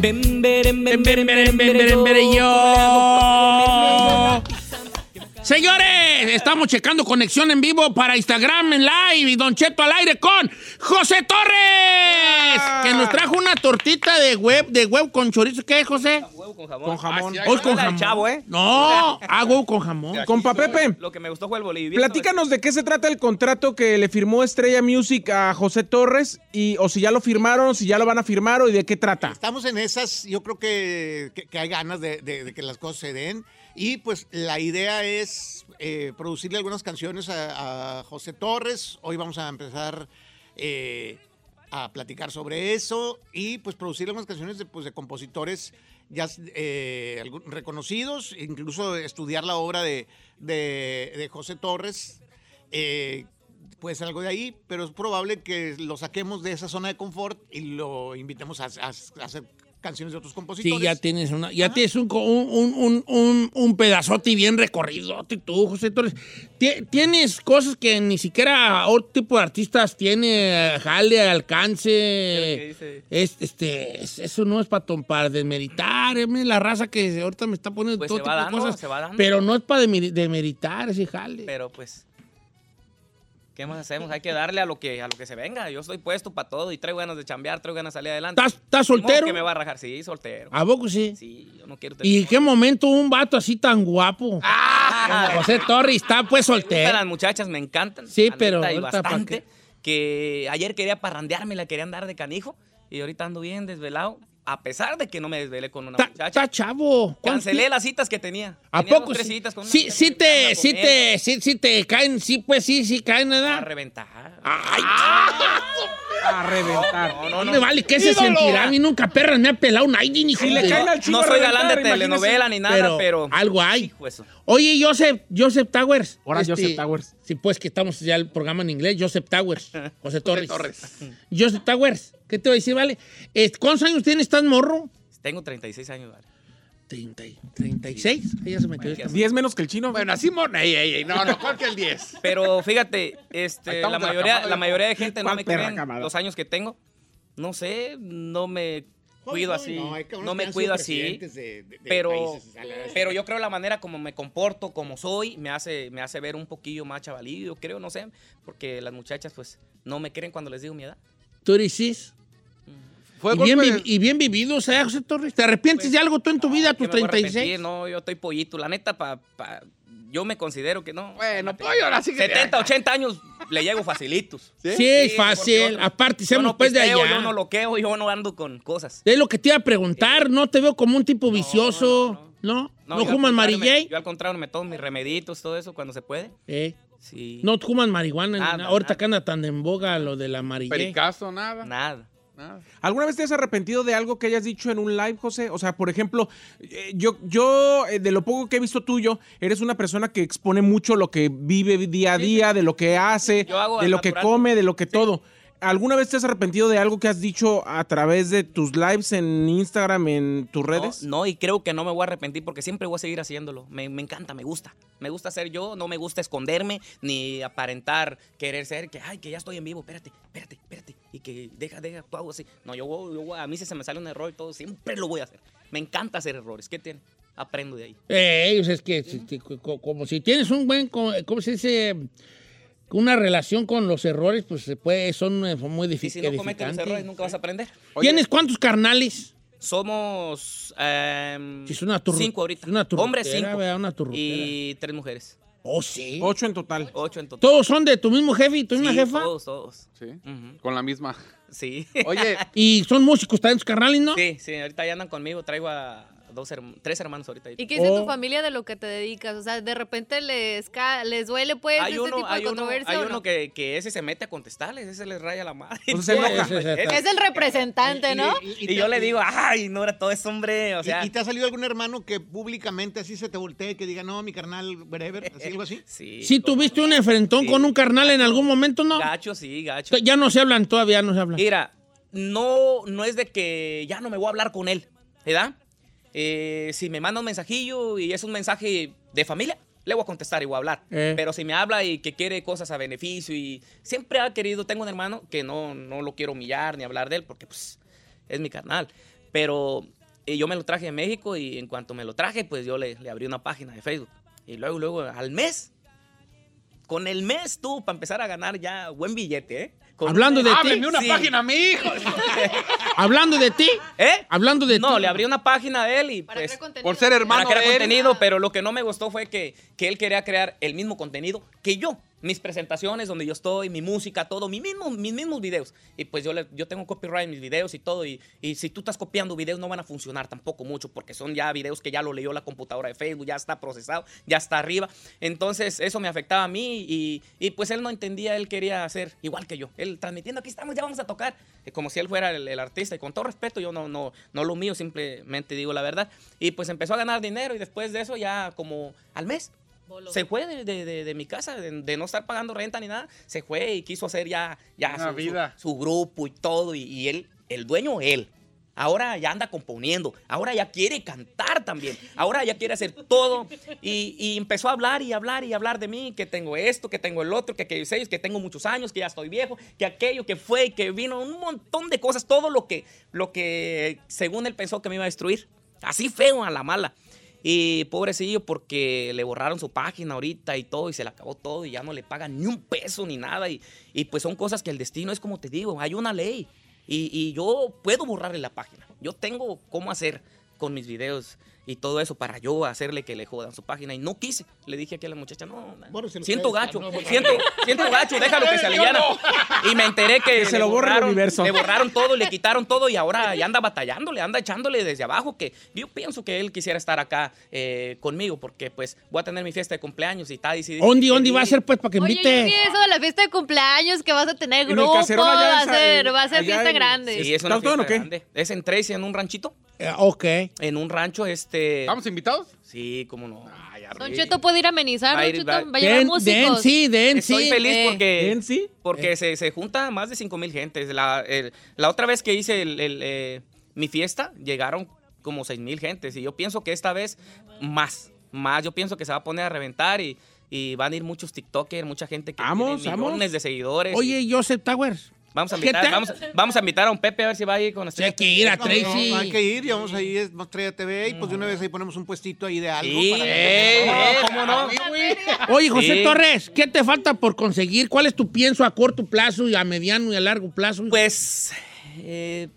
Ven, ven, ven, ven, ven, yo. Señores, Eh, estamos checando conexión en vivo para Instagram en live y Don Cheto al aire con José Torres, que nos trajo una tortita de huevo de huevo con chorizo. ¿Qué, José?
Huevo con jamón.
Con jamón.
Ah, sí,
Hoy con
la del
jamón.
chavo, ¿eh?
No, ah, huevo con jamón.
Con Papepe.
Lo que me gustó fue el Bolivia.
Platícanos de qué se trata el contrato que le firmó Estrella Music a José Torres y o si ya lo firmaron, si ya lo van a firmar o y de qué trata.
Estamos en esas, yo creo que, que- que hay ganas de, de- de que las cosas se den. Y pues la idea es eh, producirle algunas canciones a, a José Torres. Hoy vamos a empezar eh, a platicar sobre eso y pues producir algunas canciones de, pues, de compositores ya eh, algún- reconocidos, incluso estudiar la obra de, de- de José Torres. eh, puede ser algo de ahí, pero es probable que lo saquemos de esa zona de confort y lo invitemos a, a- a hacer canciones de otros compositores.
Sí, ya tienes una, ya tienes un, co- un, un, un, un- un pedazote bien recorrido, tú, José Torres. Tie- Tienes cosas que ni siquiera otro tipo de artistas tiene, eh, jale, alcance. Es- este, es- eso no es para, para desmeritar, eh, me, la raza que ahorita me está poniendo
Pues
todo
se
tipo
va
de
dando,
cosas.
se va dando.
Pero no es para desmeritar ese jale.
Pero pues, ¿qué más hacemos? Hay que darle a lo que, a lo que se venga. Yo estoy puesto para todo y traigo ganas de chambear, traigo ganas de salir adelante.
¿Estás- estás
Ni modo
soltero?
que me va a rajar? Sí, soltero.
¿A poco sí?
Sí, yo no quiero tener...
¿Y qué momento un vato así tan guapo? Como José Torres está pues
Ah. Me gustan
soltero.
las muchachas, me encantan.
Sí,
la
pero
neta, y
ahorita, ¿pa'
bastante. Que ayer quería parrandearme, la quería andar de canijo. Y ahorita ando bien desvelado, a pesar de que no me desvelé con una muchacha.
Está chavo. ¿Cuánto
Cancelé las citas que tenía.
¿A
Tenía dos,
poco
tres
sí?
citas con una
Sí,
muchacha
sí
que
te,
anda
sí
con
te,
él.
sí, sí te caen, sí, pues sí, sí caen,
A
¿verdad?
reventar. Ah,
Ay,
A reventar.
no, me vale, ¿qué se sentirá? A mí nunca perra me ha pelado nadie, ni
Si le caen al chivo No soy a galán de reventar, imagínese. telenovela ni nada, pero-
Algo hay.
Hijo eso.
Oye, Joseph, Joseph Towers. Este,
Ahora Joseph Towers.
Sí, pues que estamos ya el programa en inglés, Joseph Towers. José Torres. Joseph Towers, ¿qué te voy a decir, vale? Eh, ¿Cuántos años tienes, tan morro?
Tengo 36 años, vale.
30, 36. Ahí ya se me quedó. esta-
10 menos que el chino.
Bueno, así, mon- ey, ey, ey, no, no, ¿cuál que el 10?
Pero fíjate, este, la,
estamos de la
mayoría,
camada,
la
hijo.
mayoría de gente no
¿Cuál
me
perra
creen
camada?
los años que tengo. No sé, no me cuido así.
no,
No,
hay que-
me
han sido
cuido así.
presidentes de- de- de
pero,
países, a la-
pero yo creo la manera como me comporto, como soy, me hace, me hace ver un poquillo más chavalillo, creo, no sé. Porque las muchachas, pues, no me creen cuando les digo mi edad.
¿Tú eres cis?
Fue
y, bien
Pues, golpe-
vi- y bien vivido, o sea, José Torres. ¿Te arrepientes de algo tú en tu vida a
¿Qué
tus
me voy a arrepentir?
36?
No, yo estoy pollito. La neta, pa, pa- yo me considero que no.
Bueno, pollo, ahora sí que-
70, 80 años le llego facilitos.
Sí, es fácil. Aparte,
Yo
seamos
no
pues de
pisteo,
allá.
Yo no loqueo, yo no ando con cosas.
Es lo que te iba a preguntar. No te veo como un tipo vicioso. ¿No? ¿No,
yo
fumas
al contrario me-
marillé?
Yo al contrario me tomo mis remeditos, todo eso cuando se puede.
Eh,
Sí.
No fumas marihuana.
Nada,
na- ahorita
nada.
que anda tan en boga lo de la marillé.
Pericazo, nada.
Nada.
nada.
¿Alguna vez te has arrepentido de algo que hayas dicho en un live, José? O sea, por ejemplo, eh, yo, yo eh, de lo poco que he visto tuyo, eres una persona que expone mucho lo que vive día a día, de lo que hace,
Yo hago
de
al
lo que
natural.
come, de lo que todo. ¿Alguna vez te has arrepentido de algo que has dicho a través de tus lives en Instagram, en tus redes?
No, no, y creo que no me voy a arrepentir porque siempre voy a seguir haciéndolo. Me, me encanta, me gusta. Me gusta ser yo, no me gusta esconderme ni aparentar, querer ser que, ay, que ya estoy en vivo, espérate, espérate, espérate. Y que deja, deja, tú hago así. No, yo, voy- yo voy- a mí si se me sale un error y todo, siempre lo voy a hacer. Me encanta hacer errores. ¿Qué tiene? Aprendo de ahí.
Eh, pues es que si- si- co- como si tienes un buen, co- ¿cómo se dice? Una relación con los errores, pues se puede, son eh, muy
Y
difíciles.
si no cometes los errores, nunca vas a aprender.
¿Tienes cuántos carnales?
Somos em,
Sí, es una turru-
cinco ahorita.
es una turrutera,
Hombres cinco.
¿verdad? Una turrutera.
y tres mujeres.
Oh, sí.
Ocho en total.
Ocho en total.
¿Todos son de tu mismo jefe y tu misma
Sí,
jefa?
Todos, todos.
Sí.
Ujú.
Con la misma.
Sí.
Oye,
Y son músicos, están en tus carnales, ¿no?
Sí, sí, ahorita ya andan conmigo, traigo a dos herm- tres hermanos ahorita.
¿Y qué dice
Oh.
tu familia de lo que te dedicas? O sea, de repente les, ca- les duele pues
hay
este
uno,
tipo de
hay uno,
controversia.
hay
¿o
uno
no?
que, que ese se mete a contestarles, ese les raya la madre.
Pues
O sea, se enoja.
Ese- ese-
Que es el representante, ¿no?
Y yo le digo, ay, ignora todo ese hombre, o sea.
¿Y, y te ha salido algún hermano que públicamente así se te voltee, que diga, no, mi carnal, wherever, así, algo así?
Sí,
¿Sí tuviste un enfrentón con un carnal en algún momento, no?
gacho, sí, gacho.
Ya no se hablan, todavía no se hablan.
Mira, no, no es de que ya no me voy a hablar con él, ¿verdad? Eh, si me manda un mensajillo y es un mensaje de familia, le voy a contestar y voy a hablar.
Eh.
Pero si me habla y que quiere cosas a beneficio y siempre ha querido, tengo un hermano que no, no lo quiero humillar ni hablar de él porque pues, es mi carnal. Pero eh, yo me lo traje de México y en cuanto me lo traje, pues yo le, le abrí una página de Facebook. Y luego, luego, al mes, con el mes tú, para empezar a ganar ya buen billete, ¿eh? Con-
Hablando de ti. Ábreme una
página a mi hijo.
Hablando de ti.
¿Eh?
Hablando de
No, le abrí una página a él y pues,
Por ser hermano
para crear
de él.
contenido, pero lo que no me gustó fue que, que él quería crear el mismo contenido que yo. Mis presentaciones donde yo estoy, mi música, todo, mi mismo, mis mismos videos. Y pues yo, le- yo tengo copyright en mis videos y todo. Y, y si tú estás copiando videos no van a funcionar tampoco mucho porque son ya videos que ya lo leyó la computadora de Facebook, ya está procesado, ya está arriba. Entonces eso me afectaba a mí y, y, pues él no entendía, él quería hacer igual que yo. Él transmitiendo, aquí estamos, ya vamos a tocar. Eh, Como si él fuera el, el artista y con todo respeto yo no, no, no lo mío, simplemente digo la verdad. Y pues empezó a ganar dinero y después de eso ya como al mes. Se fue de, de- de- de mi casa, de, de no estar pagando renta ni nada. Se fue y quiso hacer ya, ya
Una
su, su- su grupo y todo. Y, y él, el dueño, él. Ahora ya anda componiendo, ahora ya quiere cantar también, ahora ya quiere hacer todo. Y, y empezó a hablar y hablar y hablar de mí, que tengo esto, que tengo el otro, que aquellos ellos, que tengo muchos años, que ya estoy viejo, que aquello, que fue y que vino, un montón de cosas, todo lo que, lo que según él pensó que me iba a destruir. Así feo a la mala. Y pobrecillo, porque le borraron su página ahorita y todo, y se le acabó todo, y ya no le pagan ni un peso ni nada. Y, y pues son cosas que el destino es como te digo, hay una ley. Y, y yo puedo borrarle la página. Yo tengo cómo hacer con mis videos y todo eso para yo hacerle que le jodan su página. Y no quise. Le dije aquí a la muchacha, no, no, siento gacho, siento, siento gacho, déjalo que se aliviana. Y me enteré que,
Que se
le
lo borre el
borraron,
universo.
le borraron todo, le quitaron todo y ahora ya anda batallándole, anda echándole desde abajo que yo pienso que él quisiera estar acá eh, conmigo porque pues voy a tener mi fiesta de cumpleaños y está decidido.
¿Ondi, ondi va a ser pues para que
Oye, yo
invite?
vi eso de la fiesta de cumpleaños que vas a tener
En el
grupo,
caserón allá
va a
en Sa-
ser, va a ser
allá
fiesta
en-
grande.
Sí, es una fiesta grande. Es en Tracy, en un ranchito.
Eh, ok.
En un rancho, este... ¿Estamos
invitados?
Sí, cómo no.
Don Cheto puede ir a amenizar,
Va a
Don
ir-
Cheto,
va-
va a llevar músicos.
Estoy feliz
eh.
porque,
¿Den sí?
porque se, se junta más de 5 mil gentes. La, el- la otra vez que hice el- el, eh, mi fiesta, llegaron como 6 mil gentes. Y yo pienso que esta vez más, más. Yo pienso que se va a poner a reventar y, y van a ir muchos TikTokers, mucha gente que
Vamos,
tiene
vamos.
millones de seguidores.
Oye, Joseph Towers.
Vamos a
¿Qué
invitar,
tal?
vamos, vamos a invitar a un Pepe a ver si va a ir con nosotros.
hay que ir a
No, no, hay que ir, y vamos ahí, es Estrella TV, y pues de una vez ahí ponemos un puestito ahí de algo.
Sí. eh,
que-
Ey, ey,
¿Cómo no?
Oye, José
Sí.
Torres, ¿qué te falta por conseguir? ¿Cuál es tu pienso a corto plazo y a mediano y a largo plazo?
Pues, eh,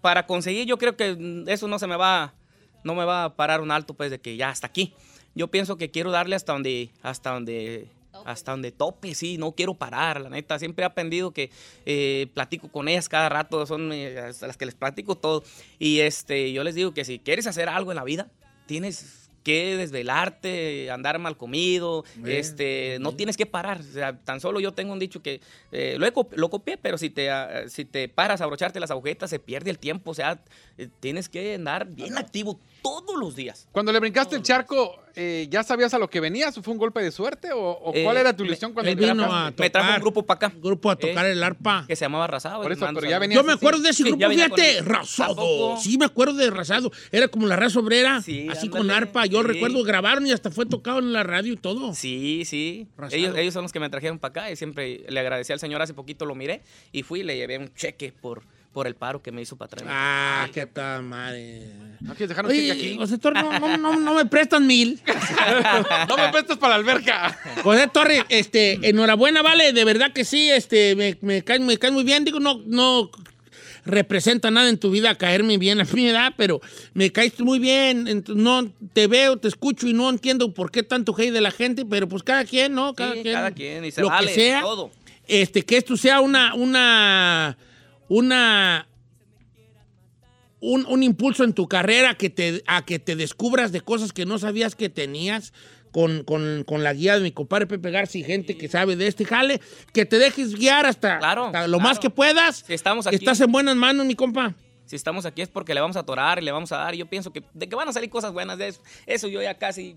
para conseguir, yo creo que mm, eso no se me va, no me va a parar un alto, pues, de que ya hasta aquí. Yo pienso que quiero darle hasta donde, hasta donde, hasta donde tope, sí, no quiero parar, la neta. Siempre he aprendido que eh, platico con ellas cada rato, son eh, las las que les platico todo. Y este, yo les digo que si quieres hacer algo en la vida, tienes que desvelarte, andar mal comido,
Bien,
este, no tienes que parar. O sea, tan solo yo tengo un dicho que eh, lo, he cop- lo copié, pero si te, ah, si te paras a abrocharte las agujetas, se pierde el tiempo. O sea, eh, tienes que andar bien activo todos los días.
Cuando le brincaste el charco, eh, ¿ya sabías a lo que venías? ¿Fue un golpe de suerte? ¿O, o cuál
Eh,
era tu ilusión
me-
cuando
él
te
vino
brincaste?
a Me trajo un tocar. grupo para acá.
Grupo a tocar el arpa.
Que se llamaba Arrasado.
Por
le
eso,
mando
pero ya
saludos.
venía-
Yo me acuerdo de ese
Sí, ya
grupo,
venía
fíjate,
con-
Rasado.
Tampoco.
Sí, me acuerdo de Rasado. Era como la raza obrera, así
ándale.
con arpa. Yo
Sí.
recuerdo, grabaron y hasta fue tocado en la radio y todo.
Sí, sí. Ellos, ellos son los que me trajeron para acá y siempre le agradecí al señor. Hace poquito lo miré y fui y le llevé un cheque por, por el paro que me hizo para traerme.
Ah, qué tal madre.
No quieres dejar
un cheque aquí.
José Torres, no, no, no, no me prestan mil.
No me prestas para la alberca.
José Torres, este, enhorabuena, vale, de verdad que sí, este, me, me caes me caes muy bien. Digo, no, no representa nada en tu vida caerme bien a mi edad, pero me caes muy bien. Ent- No te veo, te escucho y no entiendo por qué tanto hate de la gente, pero pues cada quien, ¿no? Cada
Sí,
quien.
cada quien, y se
lo
vale,
que sea.
todo.
Este, que esto sea una, una, una, un, un impulso en tu carrera que te, a que te descubras de cosas que no sabías que tenías con, con- con la guía de mi compadre Pepe García y gente que sabe de este jale, que te dejes guiar hasta, hasta lo más que puedas.
estamos aquí.
Estás en buenas manos, mi compa.
Si estamos aquí es porque le vamos a atorar y le vamos a dar. Yo pienso que de que van a salir cosas buenas de eso. Eso yo ya casi.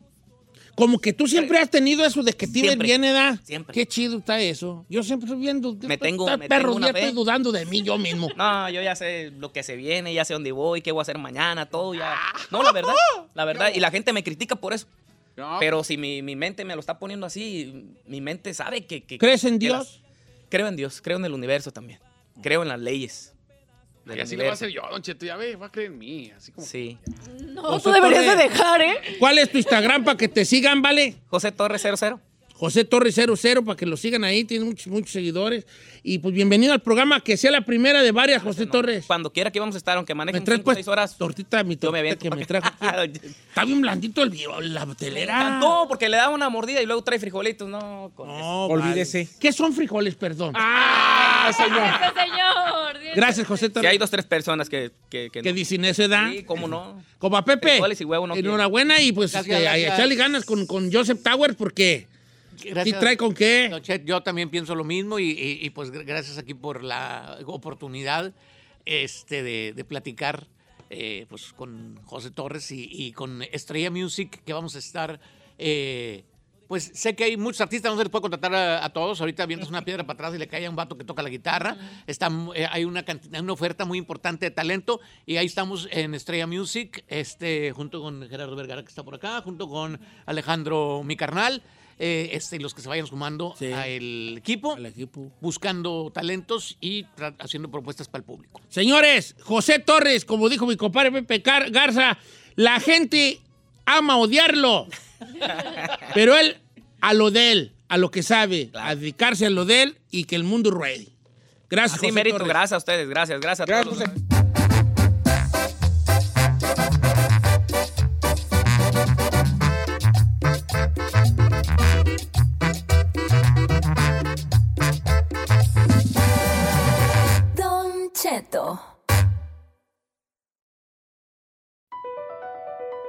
Como que tú siempre has tenido eso de que tienes
Siempre.
bien edad.
Siempre.
Qué chido está eso. Yo siempre estoy viendo.
Me tengo-
está
me
perro,
tengo una
ya estoy
fe.
dudando de mí yo mismo.
No, yo ya sé lo que se viene, ya sé dónde voy, qué voy a hacer mañana, todo ya. No, la verdad, la verdad. Y la gente me critica por eso. Pero si mi, mi mente me lo está poniendo así, mi mente sabe que. que
¿Crees en
que
Dios?
las- creo en Dios, creo en el universo también. Creo en las leyes. del
Y así lo voy a
universo.
hacer yo, don Cheto. Ya ve, va a creer en mí. Así como...
Sí.
No, ¿eh?
José Torres, ¿Cuál es tu Instagram para que te sigan, vale?
José Torres 00.
José Torres 00, para que lo sigan ahí, tiene muchos, muchos seguidores. Y pues bienvenido al programa, que sea la primera de varias, José Torres.
Ah, Cuando quiera que vamos a estar, aunque manejen
traes,
5 o 6 horas.
Tortita, mi
yo me aviento
que
pa'
me
acá.
trajo. Ah. Está bien blandito el, bio- la telera.
No, porque le da una mordida y luego trae frijolitos. No, con
No, olvídese. ¿Qué son frijoles, perdón?
¡Ah,
señor!
Gracias, José Torres.
Que hay dos, tres personas que... Que, que,
Que Ah, dicen eso, ¿verdad?
Sí, cómo no.
Como a Pepe.
Frijoles y huevo no quiero.
Enhorabuena y pues
Gracias,
este, a
gracias.
echarle ganas con, con Joseph Tower porque sí
Gracias.
trae con qué.
No, Chet, yo también pienso lo mismo y, y- y, pues gr- gracias aquí por la oportunidad este, de, de platicar eh, pues, con José Torres y, y con Estrella Music que vamos a estar... eh, pues sé que hay muchos artistas, no se les puede contratar a, a todos. Ahorita avientas una piedra para atrás y le cae a un vato que toca la guitarra. Está, mu- eh, hay una, cantidad- una oferta muy importante de talento y ahí estamos en Estrella Music, este, junto con Gerardo Vergara que está por acá, junto con Alejandro, mi carnal, eh, este, y los que se vayan sumando al equipo, buscando talentos y tra- haciendo propuestas para el público.
Señores, José Torres, como dijo mi compadre Pepe Car- Garza, la gente ama odiarlo. pero él, a lo de él, a lo que sabe, a dedicarse a lo de él y que el mundo ruede. Gracias,
Así
José
mérito,
Torres.
gracias a ustedes, gracias, gracias a todos.
Don Cheto.